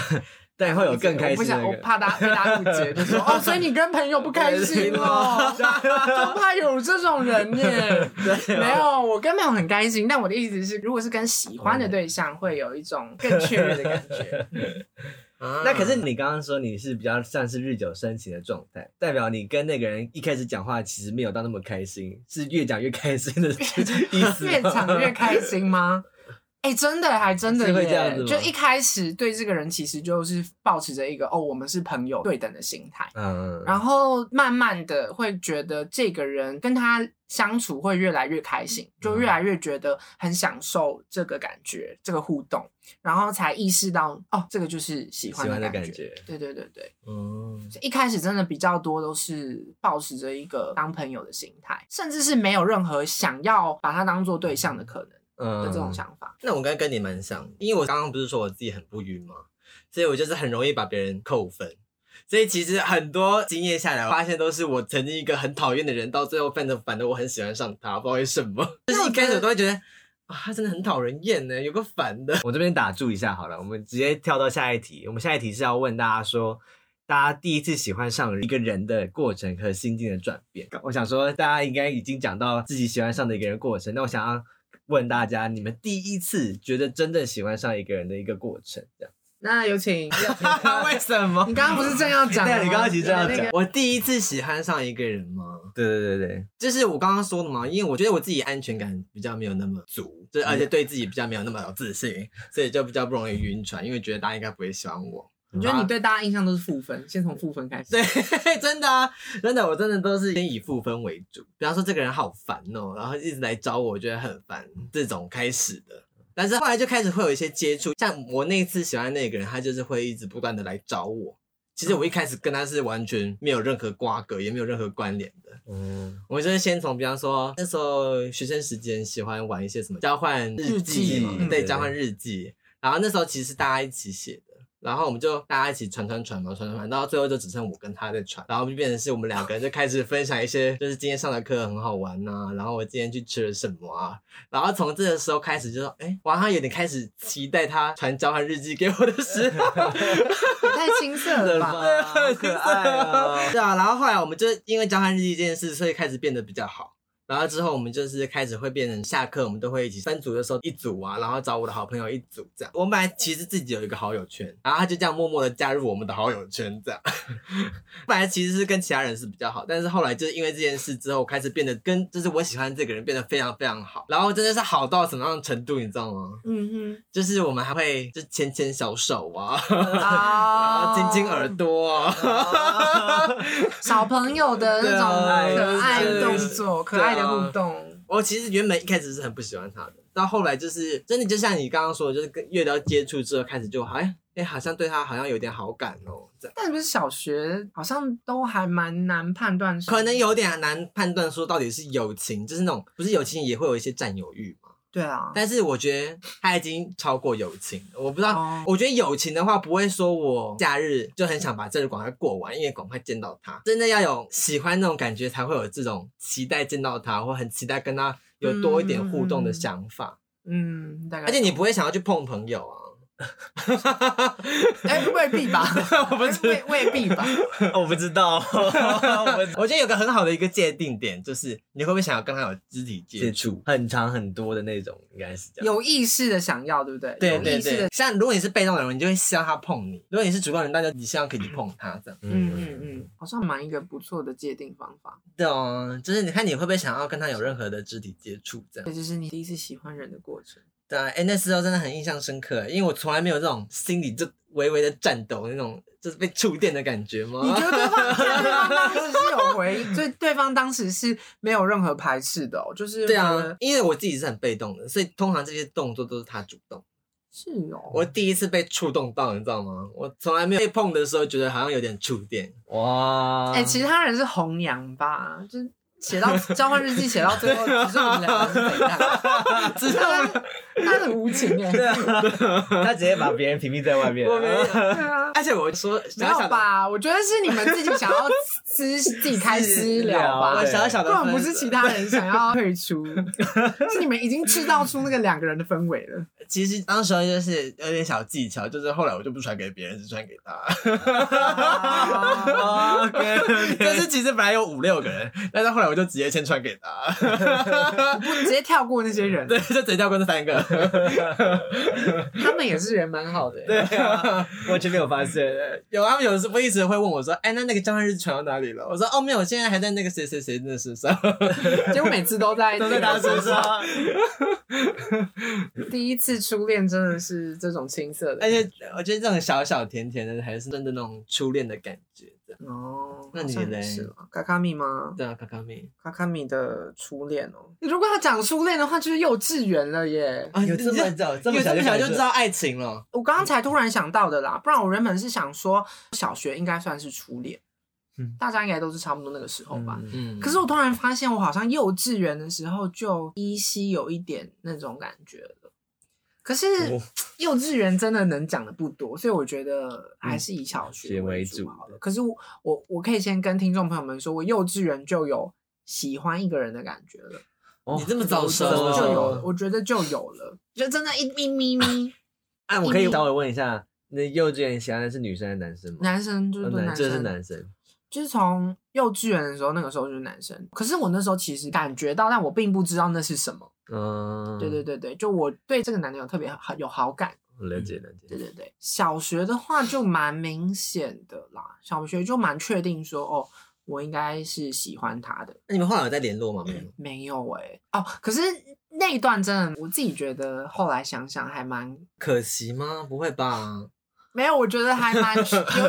Speaker 3: 但 *laughs* 会有更开
Speaker 1: 我不
Speaker 3: 心的
Speaker 1: 想，
Speaker 3: 那
Speaker 1: 我
Speaker 3: 个。
Speaker 1: 怕大家被大家误解，
Speaker 3: *laughs*
Speaker 1: 就说哦，所以你跟朋友不开心哦，就怕有这种
Speaker 3: *laughs*
Speaker 1: 人耶。
Speaker 3: 啊
Speaker 1: 没有，我跟朋友很开心，但我的意思是，如果是跟喜欢的对象，会有一种更雀跃的感觉。
Speaker 3: *laughs* 那可是你刚刚说你是比较像是日久生情的状态，代表你跟那个人一开始讲话其实没有到那么开心，是越讲越
Speaker 1: *laughs*
Speaker 3: 开心的意思吗。
Speaker 1: 越讲越开心
Speaker 3: *laughs*
Speaker 1: 吗？哎、真的，还真的
Speaker 3: 是
Speaker 1: 耶！
Speaker 3: 会这样子吗
Speaker 1: 就一开始对这个人其实就是保持着一个哦，我们是朋友对等的心态，
Speaker 3: 嗯，
Speaker 1: 然后慢慢的会觉得这个人跟他相处会越来越开心，
Speaker 3: 嗯
Speaker 1: 就越来越觉得很享受这个感觉、这个互动，然后才意识到哦，这个就是喜欢
Speaker 3: 喜欢的
Speaker 1: 的感
Speaker 3: 感觉
Speaker 1: 对对对对。
Speaker 2: 嗯，
Speaker 1: 一开始真的比较多都是保持着一个当朋友的心态，甚至是没有任何想要把他当做对象的可能
Speaker 3: 嗯
Speaker 1: 的这种想法。
Speaker 2: 那我刚刚跟你蛮像，因为我刚刚不是说我自己很不晕吗？所以我就是很容易把别人扣分。所以其实很多经验下来，我发现都是我曾经一个很讨厌的人，到最后变得反正我很喜欢上他，不知道为什么。就是一开始我都会觉得啊，他真的很讨人厌呢，有个烦的。
Speaker 3: 我这边打住一下好了，我们直接跳到下一题。我们下一题是要问大家说，大家第一次喜欢上一个人的过程和心境的转变。我想说，大家应该已经讲到自己喜欢上的一个人的过程，那我想要问大家，你们第一次觉得真正喜欢上一个人的一个过程，这样？
Speaker 1: 那有请，
Speaker 2: 啊
Speaker 3: 为什么
Speaker 1: 你刚刚不是正要讲的吗？
Speaker 3: 对你刚刚其实正要讲
Speaker 1: 那个
Speaker 2: *laughs* 我第一次喜欢上一个人吗？
Speaker 3: 对对对对，
Speaker 2: 就是我刚刚说的嘛，因为我觉得我自己安全感比较没有那么足，就是而且对自己比较没有那么有自信，所以就比较不容易晕船，因为觉得大家应该不会喜欢我。
Speaker 1: 我觉得你对大家印象都是负分，先从负分开始。
Speaker 2: 嗯啊 *laughs* 对，真的啊，真的，我真的都是先以负分为主。比方说这个人好烦哦，然后一直来找我，我觉得很烦，这种开始的。但是后来就开始会有一些接触，像我那一次喜欢那个人，他就是会一直不断的来找我。其实我一开始跟他是完全没有任何瓜葛，也没有任何关联的。
Speaker 3: *laughs* 嗯，
Speaker 2: 我就是先从，比方说那时候学生时间喜欢玩一些什么交换日记嘛
Speaker 1: 日记，
Speaker 2: 对，
Speaker 3: 嗯
Speaker 2: 交换日记。然后那时候其实是大家一起写的，然后我们就大家一起传传传嘛，传传传，到最后就只剩我跟他在传，然后就变成是我们两个人就开始分享一些， *laughs* 就是今天上的课很好玩呐、然后我今天去吃了什么啊，然后从这个时候开始就说，哎，我好像有点开始期待他传交换日记给我的时
Speaker 1: 也
Speaker 2: 候。
Speaker 1: 太青涩了吧？
Speaker 2: 哦
Speaker 3: 好可爱啊！
Speaker 2: 对啊，然后后来我们就因为交换日记这件事，所以开始变得比较好。然后之后我们就是开始会变成下课，我们都会一起分组的时候一组啊，然后找我的好朋友一组这样。我本来其实自己有一个好友圈，然后他就这样默默的加入我们的好友圈这样。 *laughs* 本来其实是跟其他人是比较好，但是后来就是因为这件事之后，我开始变得跟就是我喜欢这个人变得非常非常好，然后真的是好到什么样的程度，你知道吗？
Speaker 1: 嗯
Speaker 2: 就是我们还会就牵牵小手啊，
Speaker 1: 哼，
Speaker 2: 然
Speaker 1: 啊
Speaker 2: 后亲亲耳，朵啊。
Speaker 1: 小朋友的那
Speaker 2: 对
Speaker 1: 种
Speaker 2: 啊
Speaker 1: 可爱的动作，可爱的互动，
Speaker 2: 我其实原本一开始是很不喜欢他的，到后来就是真的，就像你刚刚说的，就是跟越聊接触之后，开始就好像哎、好像对他好像有点好感哦，这样
Speaker 1: 但是不是小学好像都还蛮难判断，
Speaker 2: 可能有点难判断说到底是友情，就是那种不是友情也会有一些占有欲嘛。
Speaker 1: 对啊，
Speaker 2: 但是我觉得他已经超过友情了，我不知道。
Speaker 1: 哦
Speaker 2: 我觉得友情的话，不会说我假日就很想把这日赶快过完，因为赶快见到他。真的要有喜欢那种感觉，才会有这种期待见到他，或很期待跟他有多一点互动的想法。
Speaker 1: 嗯，大概，
Speaker 2: 而且你不会想要去碰朋友啊。
Speaker 1: *laughs* 哎未必吧，
Speaker 2: *laughs*
Speaker 1: 哎
Speaker 2: 我不知
Speaker 1: 未未必吧，
Speaker 3: 哦我不知道，我不知
Speaker 2: 我觉得有个很好的一个界定点，就是你会不会想要跟他有肢体接
Speaker 3: 接
Speaker 2: 触？
Speaker 3: 触很长很多的那种，应该是这样。
Speaker 1: 有意识的想要，对不对？
Speaker 2: 对
Speaker 1: 有
Speaker 2: 对
Speaker 1: 意识
Speaker 2: 对
Speaker 1: 的，，
Speaker 2: 像如果你是被动的人，你就会希望他碰你；如果你是主动的人，大家你希望可以去碰他，这样。
Speaker 1: 嗯嗯嗯，好像蛮一个不错的界定方法，
Speaker 2: 对哦，就是你看你会不会想要跟他有任何的肢体接触，这样
Speaker 1: 这。就是你第一次喜欢人的过程。
Speaker 2: 对啊，哎，那时候真的很印象深刻，欸因为我从来没有这种心里就微微的颤抖那种，就是被触电的感觉吗？
Speaker 1: 你觉得对方对方当时是有回应，所以对方当时是没有任何排斥的、哦，就是
Speaker 2: *laughs* 对
Speaker 1: 我觉
Speaker 2: 啊
Speaker 1: 得，
Speaker 2: 因为我自己是很被动的，所以通常这些动作都是他主动。
Speaker 1: 是哦，
Speaker 2: 我第一次被触动到，你知道吗？我从来没有被碰的时候，觉得好像有点触电。
Speaker 3: 哇，
Speaker 1: 哎、其他人是红娘吧，就是写
Speaker 2: *laughs*
Speaker 1: 到交换日记写到最后，只是我们两个是北
Speaker 2: *laughs*
Speaker 1: 大，只是他他很无情哎、
Speaker 3: 对啊，他直接把别人屏蔽在外面。
Speaker 2: 我没有，
Speaker 1: 对啊。
Speaker 2: *laughs* 而且我说
Speaker 1: 没
Speaker 2: 小
Speaker 1: 有
Speaker 2: 小的，
Speaker 1: 吧？我觉得是你们自己想要私自己开私聊吧
Speaker 2: 我，小小的
Speaker 1: 根本不是其他人想要退出，是你们已经制造出那个两个人的氛围了。
Speaker 2: 其实当时候就是有点小技巧，就是后来我就不传给别人，只传给他。 *laughs*
Speaker 3: 哦 OK，
Speaker 2: 但是其实本来有五六个人，但是后来我就直接先传给他， *laughs*
Speaker 1: 直接跳过那些人，
Speaker 2: 对，就直接跳过那三个。
Speaker 1: 他们也是人蛮好的。
Speaker 3: 对啊， *laughs* 完全没有
Speaker 1: *laughs*
Speaker 3: 发现。哎
Speaker 2: 有他们有时候一直会问我说：“哎，那那个交换日传到哪里了？”我说：“哦，没有，我现在还在那个谁谁谁那身上。
Speaker 1: 结果每次都在
Speaker 3: 都在他身。上，
Speaker 1: 第一次初恋真的是这种青涩”的，
Speaker 2: 而且我觉得这种小小甜甜的，还是真的那种初恋的感觉。这样
Speaker 1: 哦，
Speaker 2: 那你
Speaker 1: 好像也
Speaker 2: 嘞
Speaker 1: 是吗？卡卡米吗？
Speaker 2: 对啊，卡卡米
Speaker 1: 卡卡米的初恋哦，如果他讲初恋的话，就是幼稚园了耶。
Speaker 2: 啊，
Speaker 3: 有这么早，这么
Speaker 2: 有
Speaker 3: 小
Speaker 2: 这么小
Speaker 3: 就
Speaker 2: 就知道爱情了。
Speaker 1: 我
Speaker 3: 嗯
Speaker 1: 刚刚才突然想到的啦，不然我原本是想说小学应该算是初恋，
Speaker 3: 嗯
Speaker 1: 大家应该都是差不多那个时候吧。
Speaker 3: 嗯
Speaker 2: 嗯，
Speaker 1: 可是我突然发现，我好像幼稚园的时候就依稀有一点那种感觉了。可是
Speaker 3: 哦
Speaker 1: 幼稚园真的能讲的不多，所以我觉得还是以小学
Speaker 3: 学嗯为
Speaker 1: 主
Speaker 3: 主
Speaker 1: 好了。可是我我我可以先跟听众朋友们说，我幼稚园就有喜欢一个人的感觉了，
Speaker 2: 你这么早熟哦
Speaker 1: 就有了，我觉得就有了，就真的一咪咪咪，
Speaker 3: 哎，我可以稍微问一下，那幼稚园喜欢的是女生还是男生吗？
Speaker 1: 男生就是
Speaker 3: 哦
Speaker 1: 对男
Speaker 3: 这是
Speaker 1: 生，
Speaker 3: 男生。
Speaker 1: 就是从幼稚园的时候，那个时候就是男生。可是我那时候其实感觉到，但我并不知道那是什么。
Speaker 3: 嗯，
Speaker 1: 对对对对，就我对这个男的有特别好有好感。
Speaker 3: 我了解了
Speaker 1: 对
Speaker 3: 解。
Speaker 1: 对对，小学的话就蛮明显的啦，小学就蛮确定说，哦，我应该是喜欢他的。
Speaker 2: 那你们后来有在联络吗？没有。
Speaker 1: 没有哎、哦，可是那一段真的，我自己觉得后来想想还蛮
Speaker 2: 可惜吗？不会吧？
Speaker 1: 没有，我觉得还蛮有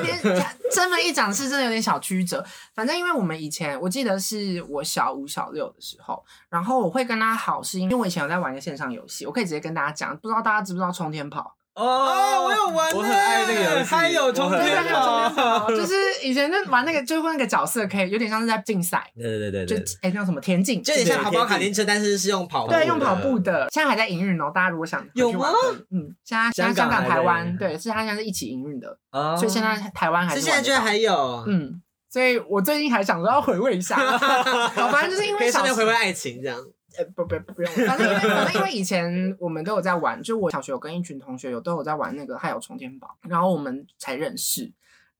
Speaker 1: 点， *laughs* 这么一讲是真的有点小曲折。反正因为我们以前，我记得是我小五、小六的时候，然后我会跟他好，是因为我以前有在玩一个线上游戏，我可以直接跟大家讲，不知道大家知不知道冲天跑？
Speaker 2: 哦，我有玩，
Speaker 3: 我很爱这个游戏
Speaker 2: 还有充
Speaker 3: 我很
Speaker 1: 对
Speaker 2: 电
Speaker 3: 爱
Speaker 1: 对对，冲天
Speaker 2: 宝。
Speaker 1: 跑，就是以前就玩那个，就是那个角色可以有点像是在竞赛，
Speaker 3: 对对对
Speaker 1: 就
Speaker 3: 对对，
Speaker 1: 哎、那叫什么田径，
Speaker 2: 就有点像跑跑卡丁车，但是是用跑步的，
Speaker 1: 对，用跑步的，现在还在营运哦。大家如果想回去
Speaker 2: 有吗
Speaker 1: 玩可以？嗯，现在现在
Speaker 3: 香港
Speaker 1: 香港、
Speaker 3: 还在
Speaker 1: 台
Speaker 3: 营
Speaker 1: 湾，
Speaker 3: 运
Speaker 1: 对，是它现在是一起营运的，
Speaker 3: 哦
Speaker 1: 所以现在台湾还
Speaker 2: 是
Speaker 1: 是
Speaker 2: 现在
Speaker 1: 玩得
Speaker 2: 居然
Speaker 1: 到
Speaker 2: 还有，
Speaker 1: 嗯，所以我最近还想说要回味一
Speaker 3: *laughs*
Speaker 1: 下，好，反正就是因
Speaker 2: 可
Speaker 1: 为
Speaker 2: 以顺
Speaker 1: 小
Speaker 2: 便
Speaker 1: 学
Speaker 2: 回回爱情这样。
Speaker 1: 呃，不不不用，反正因为反正因为以前我们都有在玩，就我小学有跟一群同学有都有在玩那个还有冲天宝，然后我们才认识。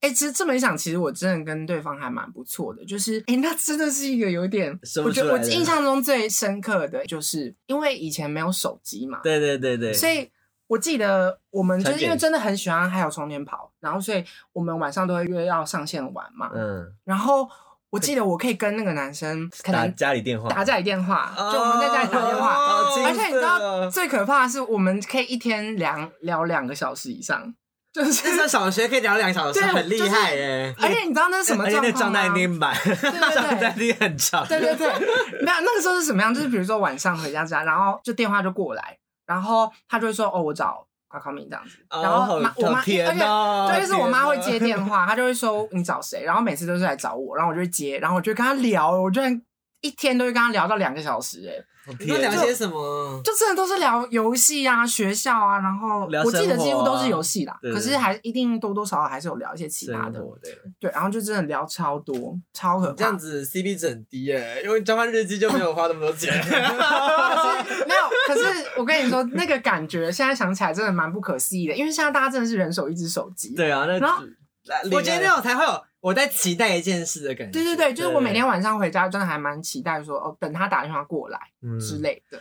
Speaker 1: 哎、其实这么一想，其实我真的跟对方还蛮不错的，就是哎、那真的是一个有点，
Speaker 3: 说不
Speaker 1: 我觉得
Speaker 3: 出
Speaker 1: 我
Speaker 3: 来的
Speaker 1: 印象中最深刻的就是因为以前没有手机嘛，
Speaker 3: 对对对对，
Speaker 1: 所以我记得我们就
Speaker 3: 传
Speaker 1: 是
Speaker 3: 给
Speaker 1: 因为真的很喜欢还有充电跑，然后所以我们晚上都会约要上线玩嘛，
Speaker 3: 嗯，
Speaker 1: 然后我记得我可以跟那个男生可
Speaker 3: 打
Speaker 1: 能
Speaker 3: 家里电话，
Speaker 1: 打家里电话，
Speaker 3: 哦
Speaker 1: 就我们在家里打电话。
Speaker 3: 好青涩哦
Speaker 1: 而且你知道最可怕的是，我们可以一天聊聊两个小时以上，就是
Speaker 2: 那时候小学可以聊两小时，
Speaker 1: 对
Speaker 2: 很厉
Speaker 1: 就是
Speaker 2: 害耶。
Speaker 1: 而且你知道那是什么
Speaker 3: 啊而且
Speaker 1: 状况吗？
Speaker 3: 哎那账单一定满， *laughs*
Speaker 1: 对
Speaker 3: 账单一定很长，
Speaker 1: 对对对，没有那个时候是什么样？就是比如说晚上回家家，然后就电话就过来，然后他就会说：“哦，我找阿康米这样子。”
Speaker 3: 哦
Speaker 1: 然后
Speaker 3: 好
Speaker 1: 妈我妈，
Speaker 3: 好甜
Speaker 1: 而且
Speaker 3: 哦
Speaker 1: 对，就是我妈会接
Speaker 3: 天
Speaker 1: 电话，她就会说你找谁，然后每次都是来找我，然后我就会接，然后我就跟她聊，我居然一天都会跟她聊到两个小时、哎，
Speaker 3: 好
Speaker 2: 你都
Speaker 3: 甜
Speaker 2: 聊些什么？
Speaker 1: 就真的都是聊游戏啊、学校啊，然后
Speaker 3: 聊
Speaker 1: 我记得
Speaker 3: 生活
Speaker 1: 几乎都
Speaker 3: 啊
Speaker 1: 是游戏啦，
Speaker 3: 对对
Speaker 1: 可是
Speaker 3: 对
Speaker 1: 还一定多多少少还是有聊一些其他
Speaker 3: 生
Speaker 1: 的，
Speaker 3: 活对，
Speaker 1: 对，然后就真的聊超多，超可怕。
Speaker 2: 这样子 CP 值很低耶，因为交换日记就没有花那么多 *laughs* 钱。
Speaker 1: 可是没有，可是我跟你说，那个感觉现在想起来真的蛮不可思议的，因为现在大家真的是人手一只手机。
Speaker 3: 对啊，那
Speaker 1: 然后
Speaker 2: 我觉得那种才会有我在期待一件事的感觉。
Speaker 1: 对对对，就是我
Speaker 3: 对
Speaker 1: 每天晚上回家，真的还蛮期待说哦，等他打电话过来
Speaker 3: 种
Speaker 1: 之类的。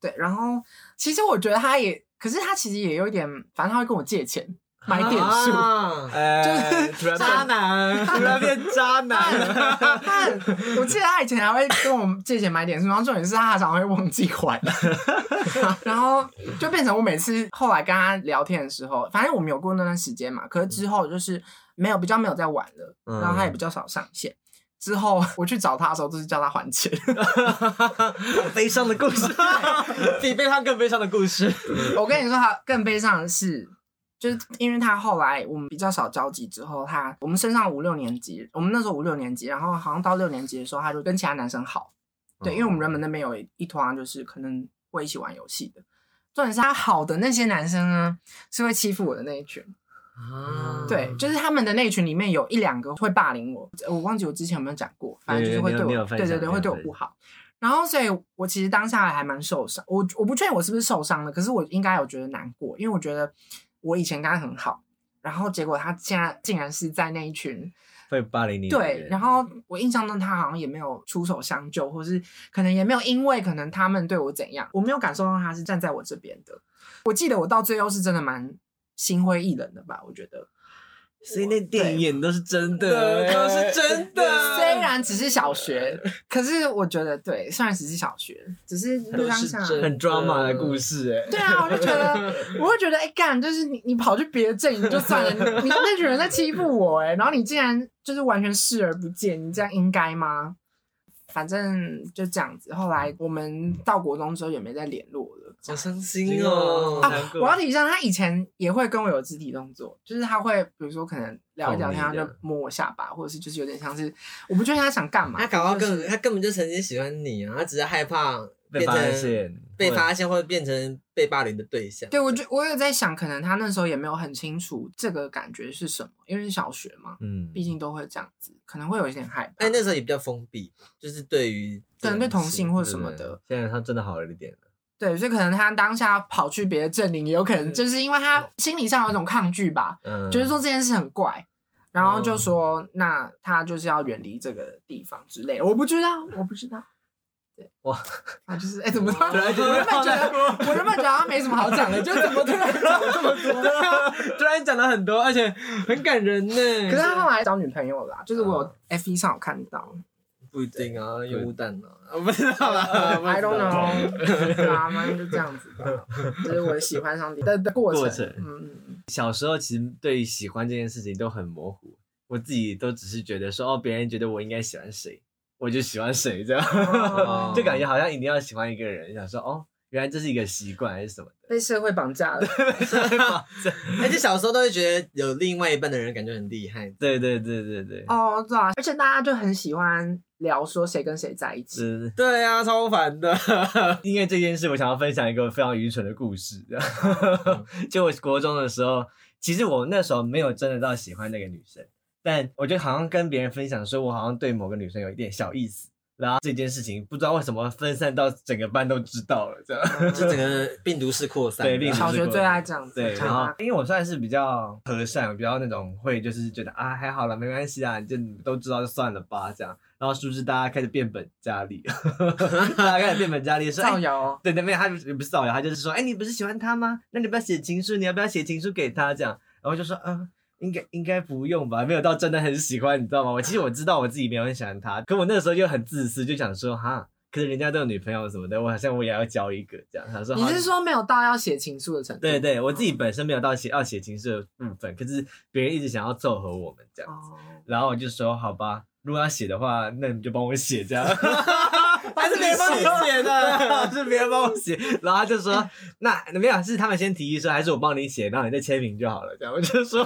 Speaker 1: 对，然后其实我觉得他也，可是他其实也有一点，反正他会跟我借钱买点数。
Speaker 2: 啊
Speaker 3: 哎，
Speaker 1: 就
Speaker 3: 突然
Speaker 2: 渣
Speaker 3: 变
Speaker 2: 男，
Speaker 3: 突
Speaker 2: *laughs*
Speaker 3: 然变渣男，
Speaker 1: 但我记得他以前还会跟我们借钱买点数，然后重点是他常常会忘记还， *laughs* 然后就变成我每次后来跟他聊天的时候，反正我们有过那段时间嘛，可是之后就是没有比较没有再玩了，
Speaker 3: 嗯
Speaker 1: 然后他也比较少上线。之后我去找他的时候，都是叫他还钱。
Speaker 3: 悲伤的故事，
Speaker 2: *laughs* 比背叛更悲伤的故事。
Speaker 1: *laughs* 我跟你说，他更悲伤的是，就是因为他后来我们比较少交集之后，他我们升上五六年级，我们那时候五六年级，然后好像到六年级的时候，他就跟其他男生好， *laughs*
Speaker 3: 哦
Speaker 1: 对，因为我们人本那边有一团就是可能会一起玩游戏的。重点是他好的那些男生呢，是会欺负我的那一群，
Speaker 2: 啊
Speaker 3: 嗯
Speaker 1: 对，就是他们的那一群里面有一两个会霸凌我，呃我忘记我之前有没有讲过，反正就是会对
Speaker 3: 有有你
Speaker 1: 我，
Speaker 3: 有分
Speaker 1: 对
Speaker 3: 享
Speaker 1: 对对，
Speaker 3: 你有
Speaker 1: 会对我
Speaker 3: 分
Speaker 1: 不
Speaker 3: 享
Speaker 1: 好。然后，所以我其实当下还蛮受伤，我我不确定我是不是受伤了，可是我应该有觉得难过，因为我觉得我以前跟他很好，然后结果他现在竟然是在那一群
Speaker 3: 会霸凌你的人，
Speaker 1: 对，然后我印象中他好像也没有出手相救，或是可能也没有因为可能他们对我怎样，我没有感受到他是站在我这边的。我记得我到最后是真的蛮心灰意冷的吧，我觉得。
Speaker 3: 所以那电影演的都是真的，
Speaker 2: 对都是真的
Speaker 1: 虽然只是小学，可是我觉得对，虽然只是小学，只是
Speaker 2: 都
Speaker 1: 路上
Speaker 2: 是
Speaker 1: 下。
Speaker 2: 真
Speaker 3: 很 drama 的故事，哎，
Speaker 1: 对啊，我就觉得，我会觉得，哎、干，就是你，你跑去别的阵营就算了，你你那群人在欺负我、哎，然后你竟然就是完全视而不见，你这样应该吗？反正就这样子。后来我们到国中之后也没再联络了。
Speaker 2: 好伤心哦
Speaker 3: 好
Speaker 1: 啊
Speaker 3: 难！过
Speaker 1: 我要提一下，他以前也会跟我有肢体动作，就是他会，比如说可能聊一聊天，
Speaker 3: 碰
Speaker 1: 他
Speaker 3: 你这
Speaker 1: 就
Speaker 3: 样
Speaker 1: 摸我下巴，或者是就是有点像是，我不确定他想干嘛。
Speaker 2: 他搞到
Speaker 1: 就是
Speaker 2: 根本，他根本就曾经喜欢你啊，他只是害怕
Speaker 3: 被
Speaker 2: 变
Speaker 3: 发
Speaker 2: 成
Speaker 3: 现，
Speaker 2: 被发现或者变成被霸凌的对象。
Speaker 1: 对，我就我有在想，可能他那时候也没有很清楚这个感觉是什么，因为是小学嘛，
Speaker 3: 嗯，
Speaker 1: 毕竟都会这样子，可能会有一点害怕。
Speaker 2: 哎，那时候也比较封闭，就是对于
Speaker 1: 可能对同
Speaker 2: *laughs*
Speaker 1: 性或什么
Speaker 3: 对
Speaker 1: 的，。
Speaker 3: 现在他真的好了一点了，
Speaker 1: 对，所以可能他当下跑去别的阵营，也有可能就是因为他心理上有一种抗拒吧，
Speaker 3: 嗯，
Speaker 1: 就是说这件事很怪，然后就说那他就是要远离这个地方之类的。我不知道，我不知道。对，
Speaker 3: 哇，
Speaker 1: 啊，就是哎、怎么突然？
Speaker 3: 突然觉得
Speaker 1: 我原本觉得，我原本觉得他没什么好讲的，就怎么突然讲这么多？
Speaker 3: 突然讲了很多，而且很感人呢。
Speaker 1: 可是他后来找女朋友了啦，就是我有 F 一上有看到
Speaker 2: 不一定啊，有雾弹啊， *laughs* 我不知道啦
Speaker 3: *laughs*
Speaker 2: 不
Speaker 1: 呃，I
Speaker 2: 知道
Speaker 1: don't know，对啊，反正就这样子吧，这是我喜欢上你的的过程。
Speaker 3: 过程
Speaker 1: 嗯，嗯
Speaker 3: 小时候其实对于喜欢这件事情都很模糊，我自己都只是觉得说，哦，别人觉得我应该喜欢谁，我就喜欢谁这样，
Speaker 1: 哦
Speaker 3: *laughs* 就感觉好像一定要喜欢一个人，想说，哦，原来这是一个习惯还是什么的。
Speaker 1: 被社会绑
Speaker 3: *laughs*
Speaker 1: 架了。
Speaker 2: 而且哎小时候都会觉得有另外一半的人感觉很厉害，
Speaker 3: 对对对对对，
Speaker 1: 哦，对啊，而且大家就很喜欢聊说谁跟谁在一起。
Speaker 3: 是
Speaker 2: 对啊，超烦的。
Speaker 3: *laughs* 因为这件事，我想要分享一个非常愚蠢的故事。 *laughs* 就我国中的时候，其实我那时候没有真的到喜欢那个女生，但我就好像跟别人分享说，我好像对某个女生有一点小意思。然后这件事情不知道为什么分散到整个班都知道了，这样。 *laughs*
Speaker 2: 就整个病毒式扩散。
Speaker 3: 对病毒
Speaker 1: 嗯
Speaker 3: 式
Speaker 1: 小学最爱这样子，
Speaker 3: 对，
Speaker 1: 长
Speaker 3: 然
Speaker 1: 大
Speaker 3: 后因为我算是比较和善，比较那种会就是觉得啊还好啦，没关系啊，就你们都知道就算了吧这样。然后是不是大家开始变本加厉？ *laughs* 大家开始变本加厉说，哎
Speaker 1: 造谣哦，
Speaker 3: 对，那边他就也不是造谣，他就是说，哎、你不是喜欢他吗？那你不要写情书，你要不要写情书给他？这样，然后就说，嗯、应该应该不用吧，没有到真的很喜欢，你知道吗？我其实我知道我自己没有很喜欢他，可我那个时候就很自私，就想说，哈，可是人家都有女朋友什么的，我好像我也要交一个这样。他说，
Speaker 1: 你
Speaker 3: 好
Speaker 1: 是说没有到要写情书的程度？
Speaker 3: 对对，我自己本身没有到写要写情书的部分，可是别人一直想要凑合我们这样，
Speaker 1: 哦，
Speaker 3: 然后我就说，好吧，如果要写的话，那你就帮我
Speaker 1: *laughs*
Speaker 3: 写这样。
Speaker 2: 还是没办法写 *laughs* 的。
Speaker 3: *laughs* 是别人帮我写，然后他就说那没有是他们先提议说，还是我帮你写，然后你再签名就好了。这样我就说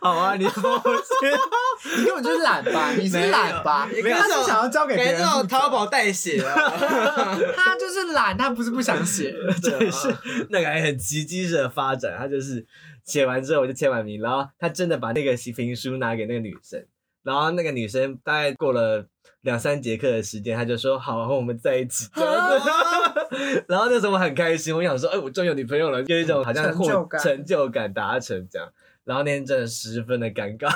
Speaker 3: 好啊，你帮我写。
Speaker 1: 你根本就是懒
Speaker 3: *laughs*
Speaker 1: 吧？你是懒吧？
Speaker 2: 没有没有
Speaker 1: 他是想要交给别
Speaker 2: 感觉
Speaker 1: 人
Speaker 2: 这，种淘宝代写 *laughs*
Speaker 1: *laughs*
Speaker 2: 啊，
Speaker 1: 他就是懒，他不是不想
Speaker 3: *laughs*
Speaker 1: 写。
Speaker 3: 真是那个还很奇迹式的发展，他就是写完之后我就签完名，然后他真的把那个评书拿给那个女生，然后那个女生大概过了两三节课的时间，他就说好，啊我们在一起。
Speaker 2: *laughs*
Speaker 3: 这样子然后那时候我很开心，我想说，哎，我终于有女朋友了，有一种
Speaker 2: *laughs*
Speaker 3: 好像
Speaker 1: 成就感
Speaker 3: 成就感达成这样。然后那天真的十分的尴
Speaker 2: *laughs*
Speaker 3: 尬，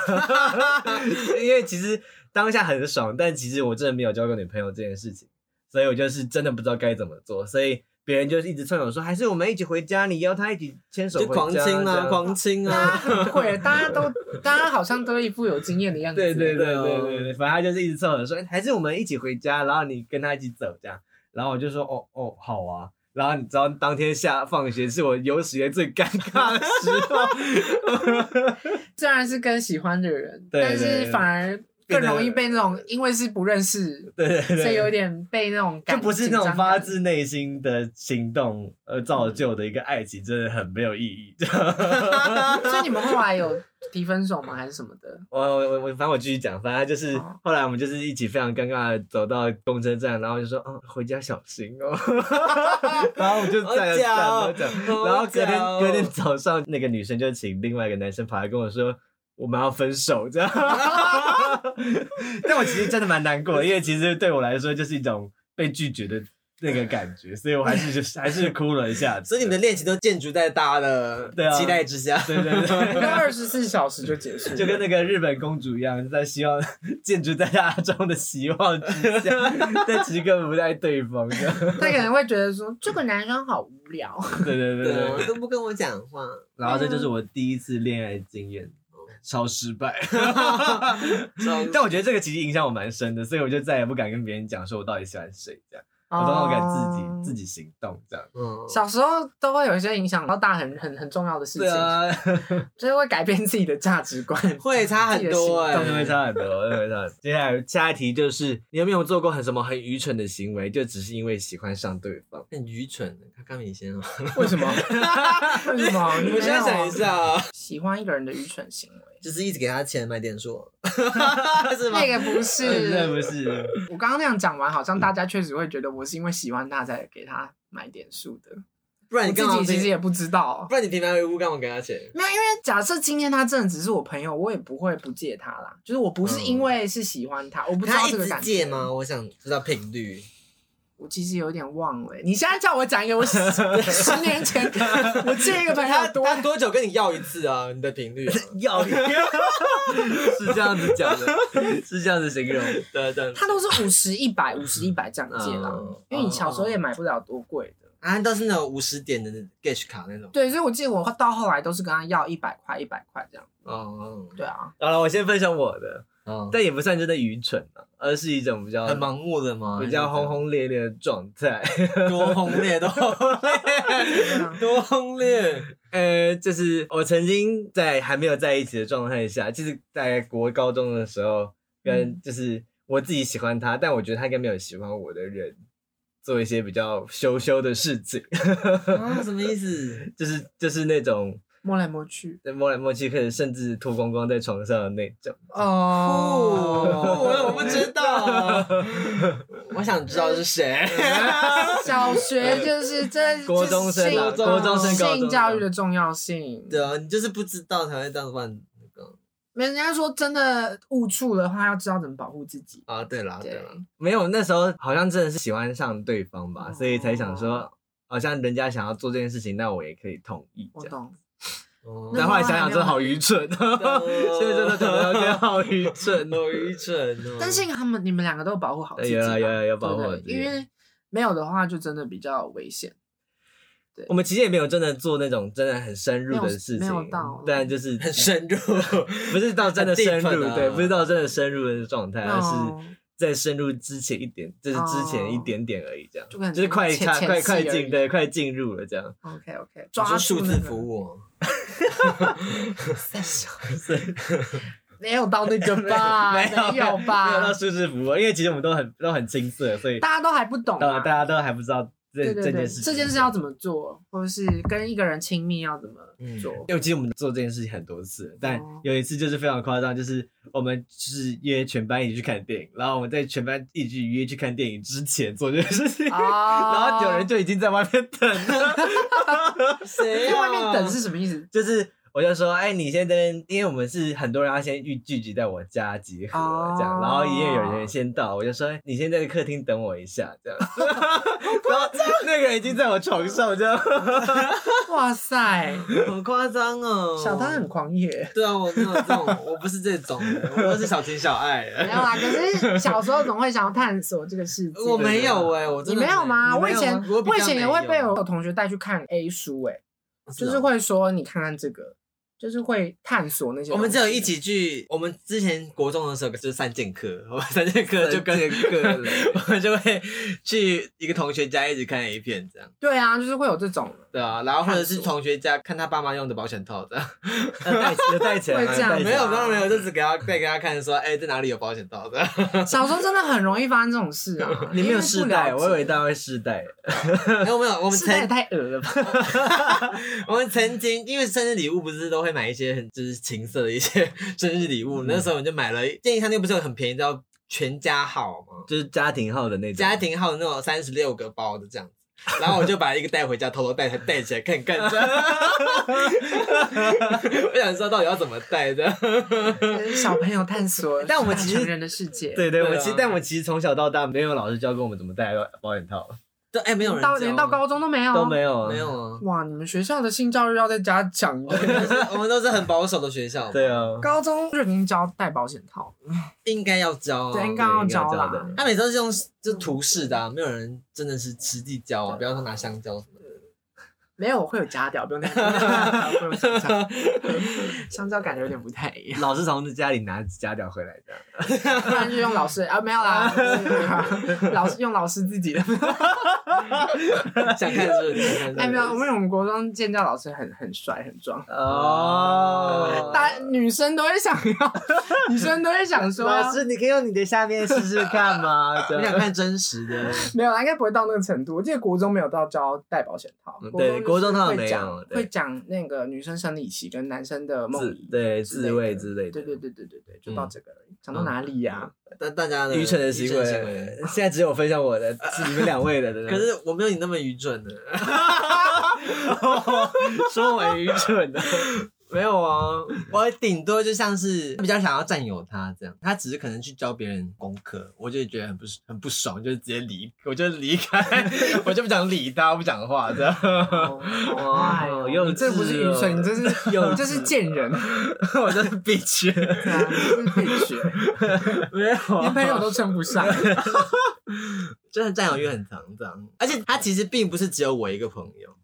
Speaker 3: 因为其实当下很爽，但其实我真的没有交过女朋友这件事情，所以我就是真的不知道该怎么做，所以别人就是一直劝我说，还是我们一起回家，你邀他一起牵手
Speaker 2: 就
Speaker 3: 回
Speaker 2: 狂
Speaker 3: 家
Speaker 2: 亲
Speaker 3: 这
Speaker 2: 啊，
Speaker 3: 样
Speaker 2: 狂亲
Speaker 1: 大家
Speaker 2: 啊。
Speaker 1: 很会，大家都大家好像都一副有经验的样子。
Speaker 3: 对对
Speaker 2: 对
Speaker 3: 对对
Speaker 2: 哦
Speaker 3: 对对，反正他就是一直凑合说，哎还是我们一起回家，然后你跟他一起走这样。然后我就说，哦哦，好啊。然后你知道当天下放学是我有史以来最尴尬的时候，
Speaker 1: 虽然是跟喜欢的人，
Speaker 3: 对
Speaker 1: 但
Speaker 3: 对
Speaker 1: 是
Speaker 3: 对
Speaker 1: 反而更容易被那种，因为是不认识，
Speaker 3: *laughs* 对对对，
Speaker 1: 所以有点被那种
Speaker 3: 就
Speaker 1: 感
Speaker 3: 不是那
Speaker 1: 紧
Speaker 3: 种
Speaker 1: 张感
Speaker 3: 发自内心的行动而
Speaker 1: 嗯
Speaker 3: 造就的一个爱情，真的很没有意义。
Speaker 1: *laughs*
Speaker 3: *laughs*
Speaker 1: 所以你们后来有提分手吗？还是什么的？
Speaker 3: 我我我我，反正我继续讲，反正就是
Speaker 1: 好
Speaker 3: 后来我们就是一起非常尴尬的走到公车站，然后就说，嗯，回家小心哦， *laughs* 然后我们就
Speaker 2: 好
Speaker 3: 站了站
Speaker 2: 假
Speaker 3: 了
Speaker 2: 哦
Speaker 3: 站了，
Speaker 2: 好
Speaker 3: 然后隔天
Speaker 2: 假哦
Speaker 3: 隔天早上，那个女生就请另外一个男生跑来跟我说，我们要分手这样， *laughs* 但我其实真的蛮难过的，因为其实对我来说就是一种被拒绝的那个感觉，所以我还是就是还是哭了一下子，
Speaker 2: 所以
Speaker 3: *laughs*
Speaker 2: 你们的恋情都建筑在大家的
Speaker 3: 对啊
Speaker 2: 期待之下。
Speaker 3: 对对对。
Speaker 1: 应该二十四小时就结束了，
Speaker 3: *laughs* 就跟那个日本公主一样，在希望建筑在大家中的希望之下， *laughs* 但其实根本不在对方的。
Speaker 1: 他可能会觉得说这个男生好无聊，
Speaker 3: *laughs* 对对对
Speaker 2: 对
Speaker 3: 对
Speaker 2: 啊，都不跟我讲 *laughs* 话。
Speaker 3: 然后这就是我第一次恋爱经验，超失败。 *laughs* 但我觉得这个其实影响我蛮深的，所以我就再也不敢跟别人讲说我到底喜欢谁这样，我都
Speaker 1: 哦
Speaker 3: 敢自己、自。己行动这样。
Speaker 2: 嗯，
Speaker 1: 小时候都会有一些影响到大很很很重要的事
Speaker 3: 对
Speaker 1: 情，
Speaker 3: 啊，
Speaker 1: 就是会改变自己的价值观。
Speaker 2: 会差很多哎、
Speaker 1: 自
Speaker 3: *laughs* 真的啊会差很多，真的会差很多。接下来下一题就是，你有没有做过很什么很愚蠢的行为，就只是因为喜欢上对方？ *laughs*
Speaker 2: 很愚蠢。看看明先 *laughs* 啊，
Speaker 1: *laughs* 为什么？为什么？你
Speaker 2: 我现在
Speaker 1: 没有啊
Speaker 2: 想一，下啊，
Speaker 1: 喜欢一个人的愚蠢行为，
Speaker 2: 就是一直给他钱买点数， *laughs* 是吗
Speaker 1: 那？个呃不
Speaker 3: 是
Speaker 1: 是。
Speaker 3: 不是？
Speaker 1: 我刚刚那样讲完，好像大家确实会觉得我是因为喜欢他才给他买点数的，
Speaker 2: 不然
Speaker 1: 我
Speaker 2: 你干
Speaker 1: 自
Speaker 2: 嘛
Speaker 1: 己
Speaker 2: 平？
Speaker 1: 其实也不知道。
Speaker 2: 不然你平白无故干嘛给他钱？
Speaker 1: 没有，因为假设今天他真的只是我朋友，我也不会不借他啦。就是我不是因为是喜欢嗯他，我不知道
Speaker 2: 他一
Speaker 1: 这个
Speaker 2: 直
Speaker 1: 感
Speaker 2: 借
Speaker 1: 觉
Speaker 2: 吗？？我想知道频率。
Speaker 1: 我其实有点忘了欸、你现在叫我讲一个我十年 *laughs* 前我借一个朋
Speaker 2: 他
Speaker 1: 友多
Speaker 2: 他多久跟你要一次啊？你的频 *laughs* 率、啊？
Speaker 3: 要脸， *laughs* 是这样子讲的，是这样子形容。
Speaker 2: *laughs* 对啊
Speaker 3: *laughs*
Speaker 2: 对
Speaker 1: 他都是五十、一百、五十、一百这样借啦
Speaker 3: 嗯，
Speaker 1: 因为你小时候也买不了多贵的。
Speaker 2: 啊，都是那种五十点的 Gage 卡那种。
Speaker 1: 对，所以我记得我到后来都是跟他要一百块、一百块这样。
Speaker 2: 哦
Speaker 1: 对啊，
Speaker 3: 好了，我先分享我的，
Speaker 2: 哦哦，
Speaker 3: 但也不算真的愚蠢啊，而是一种比较
Speaker 2: 很盲目的吗？
Speaker 3: 比较轰轰烈烈的状态。
Speaker 2: 多轰烈， *laughs* 多轰烈，多轰烈。
Speaker 3: *laughs* 呃，就是我曾经在还没有在一起的状态下，就是在国高中的时候，跟
Speaker 1: 嗯
Speaker 3: 就是我自己喜欢他，但我觉得他应该没有喜欢我的人，做一些比较羞羞的事情， *laughs*
Speaker 2: 啊，什么意思？
Speaker 3: 就是就是那种
Speaker 1: 摸来摸去，
Speaker 3: 摸来摸去，可以甚至脱光光在床上的那种。
Speaker 1: 哦，
Speaker 2: 我我不
Speaker 3: *laughs*
Speaker 2: 知道，啊 *laughs* 我想知道是 *laughs* 谁。
Speaker 1: 小学就是这
Speaker 3: 国中生
Speaker 1: 就
Speaker 3: 啊
Speaker 1: 是性
Speaker 3: 国中生高中生
Speaker 1: 性教育的重要性。
Speaker 2: 啊对啊，你就是不知道才会这样乱那个。
Speaker 1: 没人家说真的误触的话，要知道怎么保护自己。
Speaker 2: 啊，对啦，对
Speaker 1: 对
Speaker 2: 啦，
Speaker 3: 没有，那时候好像真的是喜欢上对方吧，
Speaker 1: 哦
Speaker 3: 所以才想说，好像人家想要做这件事情，那我也可以同意
Speaker 1: 我
Speaker 3: 这样。
Speaker 1: 懂，
Speaker 2: 哦
Speaker 1: 那时
Speaker 3: 但
Speaker 1: 候
Speaker 3: 后来想想，
Speaker 1: 还没有
Speaker 3: 真的好愚蠢，
Speaker 2: *laughs* 啊
Speaker 3: *laughs* 现在真的可能觉得好愚蠢哦。
Speaker 2: 好愚蠢哦！
Speaker 1: 但幸好他们你们两个都有保护好自己
Speaker 3: 有
Speaker 1: 吧，
Speaker 3: 啊有啊有保护
Speaker 1: 对
Speaker 3: 好
Speaker 1: 不
Speaker 3: 自
Speaker 1: 对
Speaker 3: 己
Speaker 1: 因为没有的话就真的比较危险。
Speaker 3: 我们其实也没有真的做那种真的很深入的事情，
Speaker 1: 没有没有到
Speaker 3: 但就是
Speaker 2: 很深 *laughs* 入，
Speaker 3: 不是到真的深
Speaker 2: 很 deep
Speaker 3: 入，
Speaker 2: 啊
Speaker 3: 对，不是到真的深入的状态，而
Speaker 1: 哦
Speaker 3: 是在深入之前一点，就是之前一点点而已，这样
Speaker 1: 就可能
Speaker 3: 就是快
Speaker 1: 浅
Speaker 3: 差
Speaker 1: 浅
Speaker 3: 快
Speaker 1: 戏
Speaker 3: 快
Speaker 1: 而已
Speaker 3: 进，对，快进入了这样。
Speaker 1: OK OK，
Speaker 2: 你
Speaker 1: 抓
Speaker 2: 说数
Speaker 1: 住那
Speaker 2: 字
Speaker 1: 个
Speaker 2: 服务哦，
Speaker 1: *laughs* 三小 *laughs* 没有到那个吧？
Speaker 3: *laughs* 没有
Speaker 1: 没有
Speaker 3: 没有
Speaker 1: 吧
Speaker 3: 到？舒适服务，因为其实我们都很都很青涩，所以
Speaker 1: 大家都还不懂
Speaker 3: 到
Speaker 1: 啊。
Speaker 3: 大家都还不知道这
Speaker 1: 对对
Speaker 3: 这
Speaker 1: 对，
Speaker 3: 件事，
Speaker 1: 这件事。要怎么做，或者是跟一个人亲密要怎么做？
Speaker 3: 因为其实我们做这件事情很多次，但
Speaker 1: 哦
Speaker 3: 有一次就是非常夸张，就是我们就是约全班一起去看电影，然后我们在全班一起约去看电影之前做这件事情，
Speaker 1: 啊
Speaker 3: *laughs* 然后有人就已经在外面等了，
Speaker 2: 谁
Speaker 1: 在外面等是什么意思？
Speaker 3: 就是我就说，哎、你先在那边，因为我们是很多人要先聚聚集在我家集合、
Speaker 1: 哦
Speaker 3: 这样，然后也有
Speaker 2: 哦
Speaker 3: 人先到，我就说你先在客厅等我一下
Speaker 2: *laughs*
Speaker 3: 这样，然后那个人已经在我床上这
Speaker 2: *laughs*
Speaker 3: 样，
Speaker 1: 哇塞，
Speaker 2: 好夸张哦！
Speaker 1: 小汤很狂野。
Speaker 2: 对啊，我没有这种， *laughs* 我不是这种，我都是小情小爱。
Speaker 1: 没有啦，可是小时候总会想要探索这个世 *laughs* 界。
Speaker 2: *laughs* 我没有哎，我
Speaker 1: 你
Speaker 2: 真的
Speaker 1: 没有吗？
Speaker 2: 你
Speaker 1: 我
Speaker 2: 没啊
Speaker 1: 以
Speaker 2: 有
Speaker 1: 前
Speaker 2: 吗
Speaker 1: 我以前也会被
Speaker 2: 我
Speaker 1: 我同学带去看 A 书，哎，就
Speaker 2: 比较没有
Speaker 1: 是会说你看看这个，就是会探索那些。
Speaker 2: 我们只有一，起去，我们之前国中的时候就是三剑客，我们三剑客就跟
Speaker 3: 三剑客嘞
Speaker 2: *laughs* 我们就会去一个同学家一直看 A 片这样，
Speaker 1: 对啊，就是会有这种
Speaker 2: 对啊，然后或者是同学家看他爸妈用的保险套这样，
Speaker 3: 带有带起来
Speaker 1: 会
Speaker 3: 吗，
Speaker 1: 这样
Speaker 3: 带起
Speaker 2: 没
Speaker 3: 来！
Speaker 2: 有
Speaker 1: 啊
Speaker 2: 当然没有，就只给他带给他看说，哎、这哪里有保险套的？
Speaker 1: 小时候真的很容易发生这种事啊
Speaker 3: 你没有
Speaker 1: 试
Speaker 3: 试戴，我以为大家会试戴，
Speaker 2: *laughs* 没有没有，我们
Speaker 1: 世代也
Speaker 2: 曾
Speaker 1: 太恶了吧？
Speaker 2: *laughs* 我们曾经因为生日礼物不是都会买一些很就是情色的一些生日礼物，那时候我们就买了便利商店不是有很便宜叫全家号吗？
Speaker 3: 就是家庭号的那种
Speaker 2: 家。庭号的那种三十六个包的这样子。然后我就把一个带回家，偷偷带带起来看看，这样我想知道到底要怎么带的。 *laughs*
Speaker 1: 小朋友探索
Speaker 3: 但我们其实
Speaker 1: 大成人的世界，
Speaker 3: 对对，
Speaker 2: 对啊
Speaker 3: 我其实但我其实从小到大没有老师教过我们怎么戴保险套，
Speaker 2: 对，哎，没有人
Speaker 1: 到
Speaker 2: 教
Speaker 1: 连到高中都没有，
Speaker 3: 都没有啊
Speaker 2: 哦没有啊，
Speaker 1: 哇！你们学校的性教育要在家讲
Speaker 2: 我们 *laughs* 都是我们都是很保守的学校，
Speaker 3: 对，啊，
Speaker 1: 高中就已经教戴保险套，
Speaker 2: 应该要教啊。
Speaker 1: 对，应该要教啦
Speaker 3: 应该要教。的
Speaker 2: 他每次都是用就图示的、啊，没有人真的是实际教啊，不要说拿香蕉什么的。
Speaker 1: 没有，我会有家教，不用担心。 *laughs* 不用香蕉，香蕉感觉有点不太一样，
Speaker 3: 老师从家里拿家教回来的。
Speaker 1: 不然就用老师啊，没有 *laughs* 啦，老师用老师自己的。
Speaker 2: 想看是不是？想看是不是
Speaker 1: 哎，没有，我们我们国中建教老师很很帅，很壮。
Speaker 3: 哦，
Speaker 1: 大女生都会想要，女生都会想说，
Speaker 3: 老师，你可以用你的下面试试看 *laughs* 吗？这
Speaker 2: 我
Speaker 3: 样
Speaker 2: 想看真实的。
Speaker 1: 没有啦，应该不会到那个程度。我记得国中没有到教戴保险套
Speaker 3: 嗯，
Speaker 1: 中
Speaker 3: 对国中
Speaker 1: 他
Speaker 3: 他们
Speaker 1: 会
Speaker 3: 没
Speaker 1: 讲
Speaker 3: 有对
Speaker 1: 会讲那个女生生理期跟男生的梦
Speaker 3: 自
Speaker 1: 遗
Speaker 3: 对
Speaker 1: 之类
Speaker 3: 自
Speaker 1: 的
Speaker 3: 慰之类的，嗯
Speaker 1: 对对对对对对，就到这个而已。讲到哪里呀？
Speaker 2: 但 *laughs* 大家的
Speaker 3: 愚蠢的行为，啊现在只有分享我的，是你们两位的。
Speaker 2: 可是我没有你那么愚蠢的。
Speaker 3: 说我愚蠢 *laughs* 的，
Speaker 2: 没有啊，我顶多就像是比较想要占有他这样，他只是可能去教别人功课，我就觉得很不很不爽，就直接离，我就离开， *laughs* 我就不想理他，不讲话这样。 *laughs*
Speaker 1: 哦 *laughs* 哎呦
Speaker 3: 幼稚哦
Speaker 1: 你这不是愚蠢，你这 *laughs* 是有，你这是贱人，
Speaker 3: 我就是 bitch，
Speaker 1: 对啊，你这是配学，
Speaker 3: 没有
Speaker 1: 连
Speaker 3: 啊
Speaker 1: 朋友都称不上。
Speaker 2: 真的占有欲很强这样，而且他其实并不是只有我一个朋友，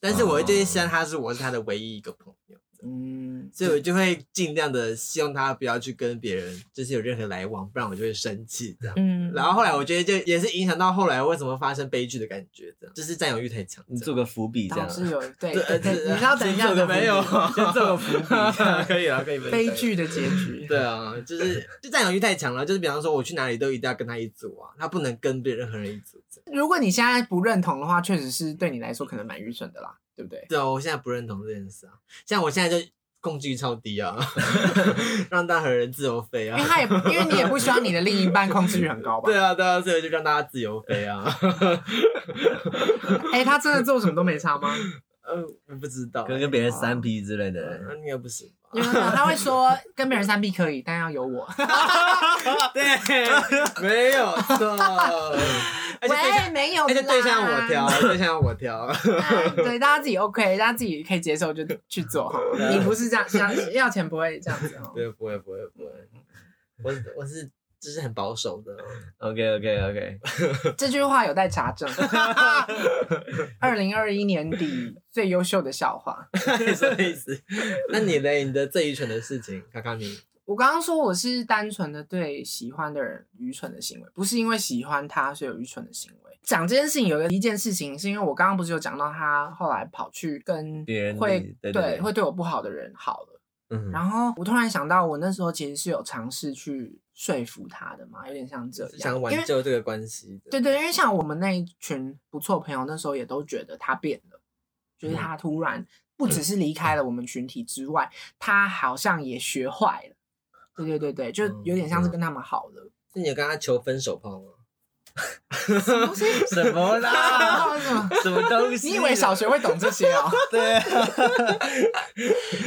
Speaker 2: 但是我就是希望他是我是他的唯一一个朋友，
Speaker 1: *laughs* 嗯，
Speaker 2: 所以我就会尽量的希望他不要去跟别人就是有任何来往，不然我就会生气这样。
Speaker 1: 嗯
Speaker 2: 然后后来我觉得就也是影响到后来为什么发生悲剧的感觉，这样就是占有欲太强。
Speaker 3: 你做个伏笔这样
Speaker 1: 老。师有对
Speaker 2: 对
Speaker 1: 对，对
Speaker 2: 呃
Speaker 1: 你知道等一下
Speaker 2: 这个没有，
Speaker 3: 先做个伏笔
Speaker 2: *laughs* 可以了，可以分享
Speaker 1: 悲。剧的结局。
Speaker 2: 对啊，就是就占有欲太强了，就是比方说我去哪里都一定要跟他一组啊，他不能跟别任何人一组。
Speaker 1: 如果你现在不认同的话，确实是对你来说可能蛮愚蠢的啦，对不对？ *laughs*
Speaker 2: 对啊，我现在不认同这件事啊，像我现在就共居超低啊， *laughs* 让大和人自由飞
Speaker 1: 因
Speaker 2: 啊
Speaker 1: 为。他也，因为你也不希望你的另一半控制欲很 *laughs* 高吧？
Speaker 2: 对啊，对啊，所以就让大家自由飞啊。
Speaker 1: 哎、他真的做什么都没差吗？
Speaker 2: 呃，不知道欸，
Speaker 3: 可能跟别人三 P 之类的人。
Speaker 2: 呃应该不行吧？
Speaker 1: *laughs* 因为他会说跟别人三 P 可以，但要有 *laughs* 我。
Speaker 2: 对， *laughs* 没有 *laughs* 错，而且对象，
Speaker 1: 喂，没有啦，
Speaker 2: 而且对象我挑，对象我挑。
Speaker 3: *laughs*
Speaker 1: 啊对，大家自己 OK，大家自己可以接受就去做好了。你不是这样，想要钱不会这样子哦。
Speaker 2: 对，不会，不会，不会。我是我是就是很保守的，
Speaker 3: OK OK OK，
Speaker 1: 这句话有待查
Speaker 3: *laughs*
Speaker 1: 证。二零二一年底最优秀的笑话，
Speaker 2: *laughs* 什哦么意思？那你呢？你的最愚蠢的事情，看看你
Speaker 1: 我刚刚说我是单纯的对喜欢的人愚蠢的行为，不是因为喜欢他所以有愚蠢的行为。讲这件事情有一件事情，是因为我刚刚不是有讲到他后来跑去跟
Speaker 3: 别人
Speaker 1: 会
Speaker 3: 对对对
Speaker 1: 会对我不好的人好了。
Speaker 3: 嗯，
Speaker 1: 然后我突然想到，我那时候其实是有尝试去说服他的嘛，有点像这样，
Speaker 2: 是想
Speaker 1: 因
Speaker 2: 挽
Speaker 1: 为
Speaker 2: 救这个关系的。
Speaker 1: 对对，因为像我们那一群不错朋友，那时候也都觉得他变了，
Speaker 2: 嗯
Speaker 1: 就是他突然不只是离开了我们群体之外，他好像也学坏了。对对对对，就有点
Speaker 2: 嗯
Speaker 1: 像是跟他们好
Speaker 2: *laughs*
Speaker 1: 了。
Speaker 2: 是你有跟他求分手炮吗？
Speaker 1: *laughs* 不是
Speaker 3: 什么啦？
Speaker 1: 什
Speaker 2: *laughs*
Speaker 1: 么
Speaker 3: *laughs* 什么东西？
Speaker 1: 你以为小学会懂这些哦？
Speaker 3: 对啊？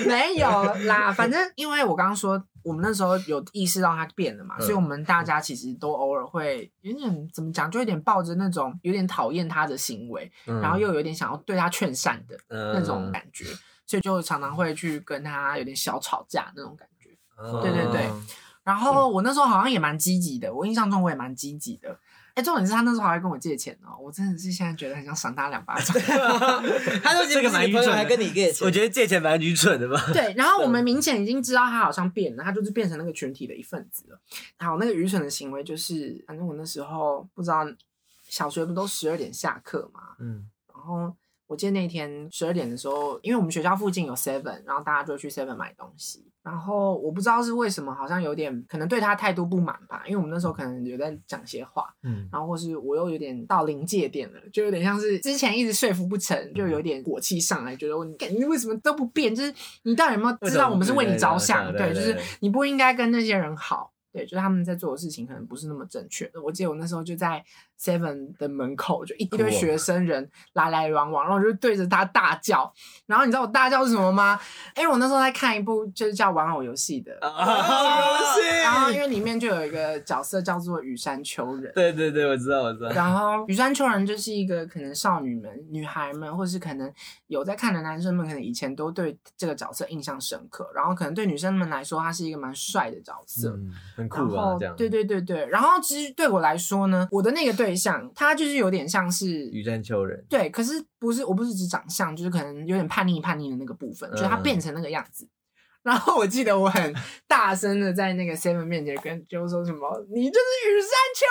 Speaker 1: 没有啦，反正因为我刚刚说，我们那时候有意识到他变了嘛，
Speaker 2: 嗯
Speaker 1: 所以我们大家其实都偶尔会有点怎么讲，就有点抱着那种有点讨厌他的行为，
Speaker 3: 嗯
Speaker 1: 然后又有点想要对他劝善的
Speaker 2: 呃
Speaker 3: 那
Speaker 1: 那种感觉，所以就常常会去跟他有点小吵架那种感觉。
Speaker 3: 对
Speaker 1: 对对然后我那时候好像也蛮积极的，我印象中我也蛮积极的。哎，重点是他那时候还会跟我借钱哦，我真的是现在觉得很想赏他两巴掌。
Speaker 2: 他都已经
Speaker 3: 这个
Speaker 2: 不是
Speaker 3: 蛮
Speaker 2: 你朋
Speaker 3: 愚
Speaker 2: 友
Speaker 3: 蠢的
Speaker 2: 还跟你借钱，
Speaker 3: 我觉得借钱蛮愚蠢的吧。
Speaker 1: 对，然后我们明显已经知道他好像变了，他就是变成那个群体的一份子了。好，那个愚蠢的行为就是，反正我那时候不知道，小学不都十二点下课嘛，
Speaker 3: 嗯，
Speaker 1: 然后我记得那天十二点的时候，因为我们学校附近有 Seven，然后大家就去 Seven 买东西。然后我不知道是为什么，好像有点可能对他态度不满吧，因为我们那时候可能有在讲些话，
Speaker 3: 嗯，
Speaker 1: 然后或是我又有点到临界点了，就有点像是之前一直说服不成，就有
Speaker 3: 嗯
Speaker 1: 点火气上来，觉得我你干你为什么都不变？就是你到底有没有知道我们是为你着想？
Speaker 3: 为什么
Speaker 1: 对，
Speaker 3: 对
Speaker 1: 就
Speaker 3: 对
Speaker 1: 是
Speaker 3: 对
Speaker 1: 你不应该跟那些人好。对，就是他们在做的事情可能不是那么正确的。我记得我那时候就在 Seven 的门口，就一
Speaker 3: 哭哦
Speaker 1: 堆学生人来来往往，然后我就对着他大叫。然后你知道我大叫是什么吗？因为我那时候在看一部就是叫《玩偶游戏》的，
Speaker 3: 啊，游
Speaker 1: 然后因
Speaker 3: 戏。
Speaker 1: 为里面就有一个角色叫做羽山丘人，
Speaker 3: 对对对，我知道我知道。
Speaker 1: 然后羽山丘人就是一个可能少女们、女孩们，或是可能有在看的男生们，可能以前都对这个角色印象深刻。然后可能对女生们来说，他是一个蛮帅的角色。
Speaker 3: 嗯，很
Speaker 1: 然
Speaker 3: 酷啊，
Speaker 1: 后
Speaker 2: *laughs*
Speaker 3: 这样。
Speaker 1: 对对对对，然后其实对我来说呢，我的那个对象，他就是有点像是
Speaker 3: 羽山丘人，
Speaker 1: 对，可是不是我不是指长相，就是可能有点叛逆叛逆的那个部分，就是他
Speaker 3: 嗯
Speaker 1: 变成那个样子。然后我记得我
Speaker 3: *laughs*
Speaker 1: 很大声的在那个 Seven 面前跟就说什么，你就是羽山丘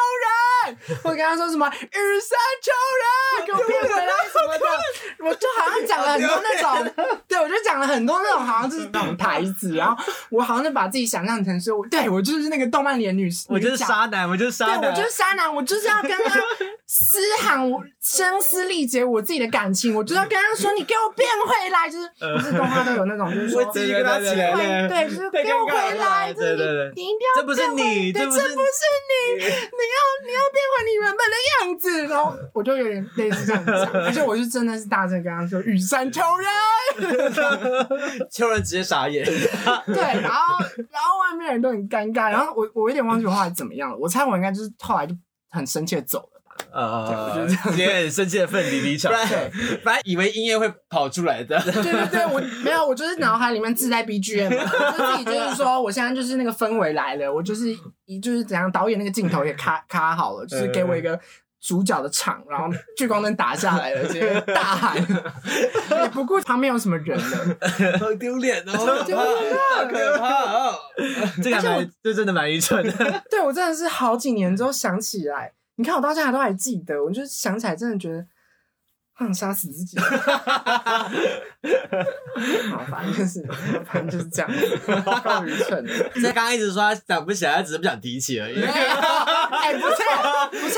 Speaker 1: 人，我跟他说什么羽山丘人，给我变回来什么的，我就好像讲了很多那种， *laughs* 对我就讲了很多那种好像就是那种台词，然后我好像就把自己想象成是我，对我就是那个动漫里的女，
Speaker 3: 我就是
Speaker 1: 女角
Speaker 3: 渣男，我就是渣
Speaker 1: 对，我
Speaker 3: 男，
Speaker 1: 就是渣男，我就是要跟他
Speaker 3: *laughs*
Speaker 1: 嘶喊，我声嘶力竭我自己的感情，我就是要跟他说，你给我变回来，就是
Speaker 3: 呃
Speaker 1: 不是动画都有那种，就是
Speaker 3: *laughs*
Speaker 1: 说
Speaker 3: 我。自己跟他起来
Speaker 1: 对
Speaker 3: 了。
Speaker 1: 对，就是
Speaker 3: 太
Speaker 1: 给我
Speaker 3: 尴尬
Speaker 1: 回
Speaker 3: 了
Speaker 1: 来！就是
Speaker 3: 对对对
Speaker 1: 你，你一定要
Speaker 3: 这不是
Speaker 1: 变回
Speaker 3: 你
Speaker 1: 对，
Speaker 3: 这
Speaker 1: 这
Speaker 3: 不
Speaker 1: 不
Speaker 3: 是
Speaker 1: 是你，你要你要变回你原本的样子。然后我就有点类似这样讲，而且我是真的是大声跟他说“雨山丘
Speaker 3: *laughs*
Speaker 1: 人”，
Speaker 2: 秋人直接傻眼。
Speaker 1: 对，然后然后外面的人都很尴尬，然后我我有点忘记我后来怎么样了，我猜我应该就是后来就很生气的走了。
Speaker 2: *laughs*
Speaker 3: 呃，直接很生气的愤离离场 *laughs*
Speaker 2: 不。然本来以为音乐会跑出来 *laughs* 的，
Speaker 1: 对对对，我没有，我就是脑海里面自带 BGM，我就自己就是说，我现在就是那个氛围来了，我就是一就是怎样，导演那个镜头也咔咔好了，就是给我一个。主角的场，然后聚光灯打下来了，直接大喊， *laughs* 也不顾旁边有什么人了。
Speaker 2: 好丢脸哦，
Speaker 1: 好丢脸
Speaker 2: 好可怕哦！ *laughs*
Speaker 3: 这个蛮，这真的蛮愚蠢 *laughs* 的。
Speaker 1: 对我真的是好几年之后想起来，你看我到现在都还记得，我就想起来真的觉得，好想杀死自己。好，反正就是反正就是这样，够愚蠢的。
Speaker 2: 所以刚刚一直说他想不起来，他只是不想提起而已。
Speaker 1: 哎、不是不是，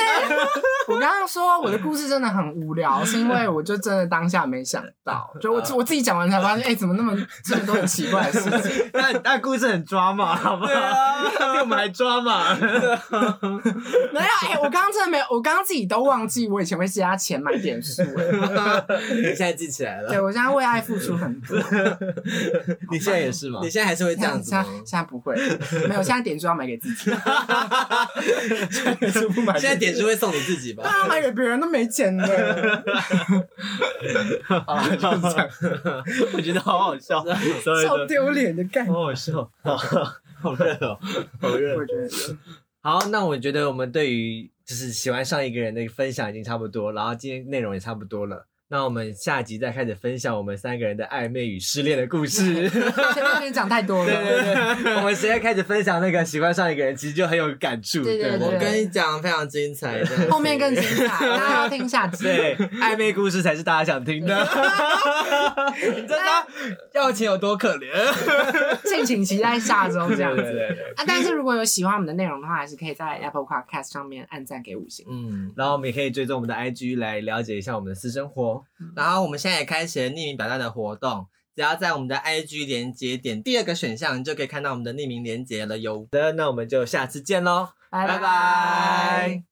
Speaker 1: 我刚刚说我的故事真的很无聊，是因为我就真的当下没想到， *laughs* 就我自我自己讲完才发现，哎、怎么那么这么多很奇怪的事情？
Speaker 3: 那那故事很抓马，好不好？
Speaker 2: 啊
Speaker 3: 比我们还抓 *laughs* 马。
Speaker 1: 没有，哎、我刚刚真的没有，我刚刚自己都忘记我以前会借他钱买点数、哎，
Speaker 2: *laughs* 你现在记起来
Speaker 1: 对
Speaker 2: 了，
Speaker 1: 我现在为爱付出很多，
Speaker 3: 你现在也是吗
Speaker 2: 你？现在还是会这
Speaker 1: 现在
Speaker 2: 样
Speaker 1: 现
Speaker 2: 子
Speaker 1: 在
Speaker 2: 吗？
Speaker 1: 现在不会，没有，现在点数要买给自己，
Speaker 3: 是不买
Speaker 2: *laughs* 现在点数会送你自己吧？
Speaker 1: 啊当然买给别人都没钱的，
Speaker 3: 好啦，就是这样。我觉得好好 *laughs* 笑
Speaker 1: *laughs*
Speaker 3: ，sorry，
Speaker 1: 超丢脸的感觉，
Speaker 3: 好好笑， *laughs* 好热哦，好热
Speaker 1: 我觉得。
Speaker 3: 好，那我觉得我们对于就是喜欢上一个人的分享已经差不多，然后今天内容也差不多了。那我们下集再开始分享我们三个人的暧昧与失恋的故事。
Speaker 1: 前面有点讲太多了。
Speaker 3: 对对
Speaker 2: *laughs*
Speaker 3: 对，我们现在开始分享那个喜欢上一个人，其实就很有感触。
Speaker 1: 对对
Speaker 3: 我
Speaker 2: 我
Speaker 3: 们
Speaker 2: 跟你讲，非常精彩。真的是
Speaker 1: 后面更精彩，大家要听下集。
Speaker 3: 对暧昧故事才是大家想
Speaker 2: *laughs*
Speaker 3: 听的。你知道要钱有多可怜？
Speaker 1: 敬请期待下周这样
Speaker 3: 对对
Speaker 1: 子。
Speaker 3: 对对。
Speaker 1: 啊，但是如果有喜欢我们的内容的话，还是可以在 Apple Podcast 上面按赞给五星。
Speaker 2: 嗯，
Speaker 3: 然后我们也可以追踪我们的 IG 来了解一下我们的私生活。
Speaker 2: 然嗯后我们现在也开始了匿名表单的活动，只要在我们的 IG 连接点第二个选项，你就可以看到我们的匿名连接了哟。
Speaker 3: 好的，那我们就下次见喽。
Speaker 1: 拜
Speaker 3: 拜拜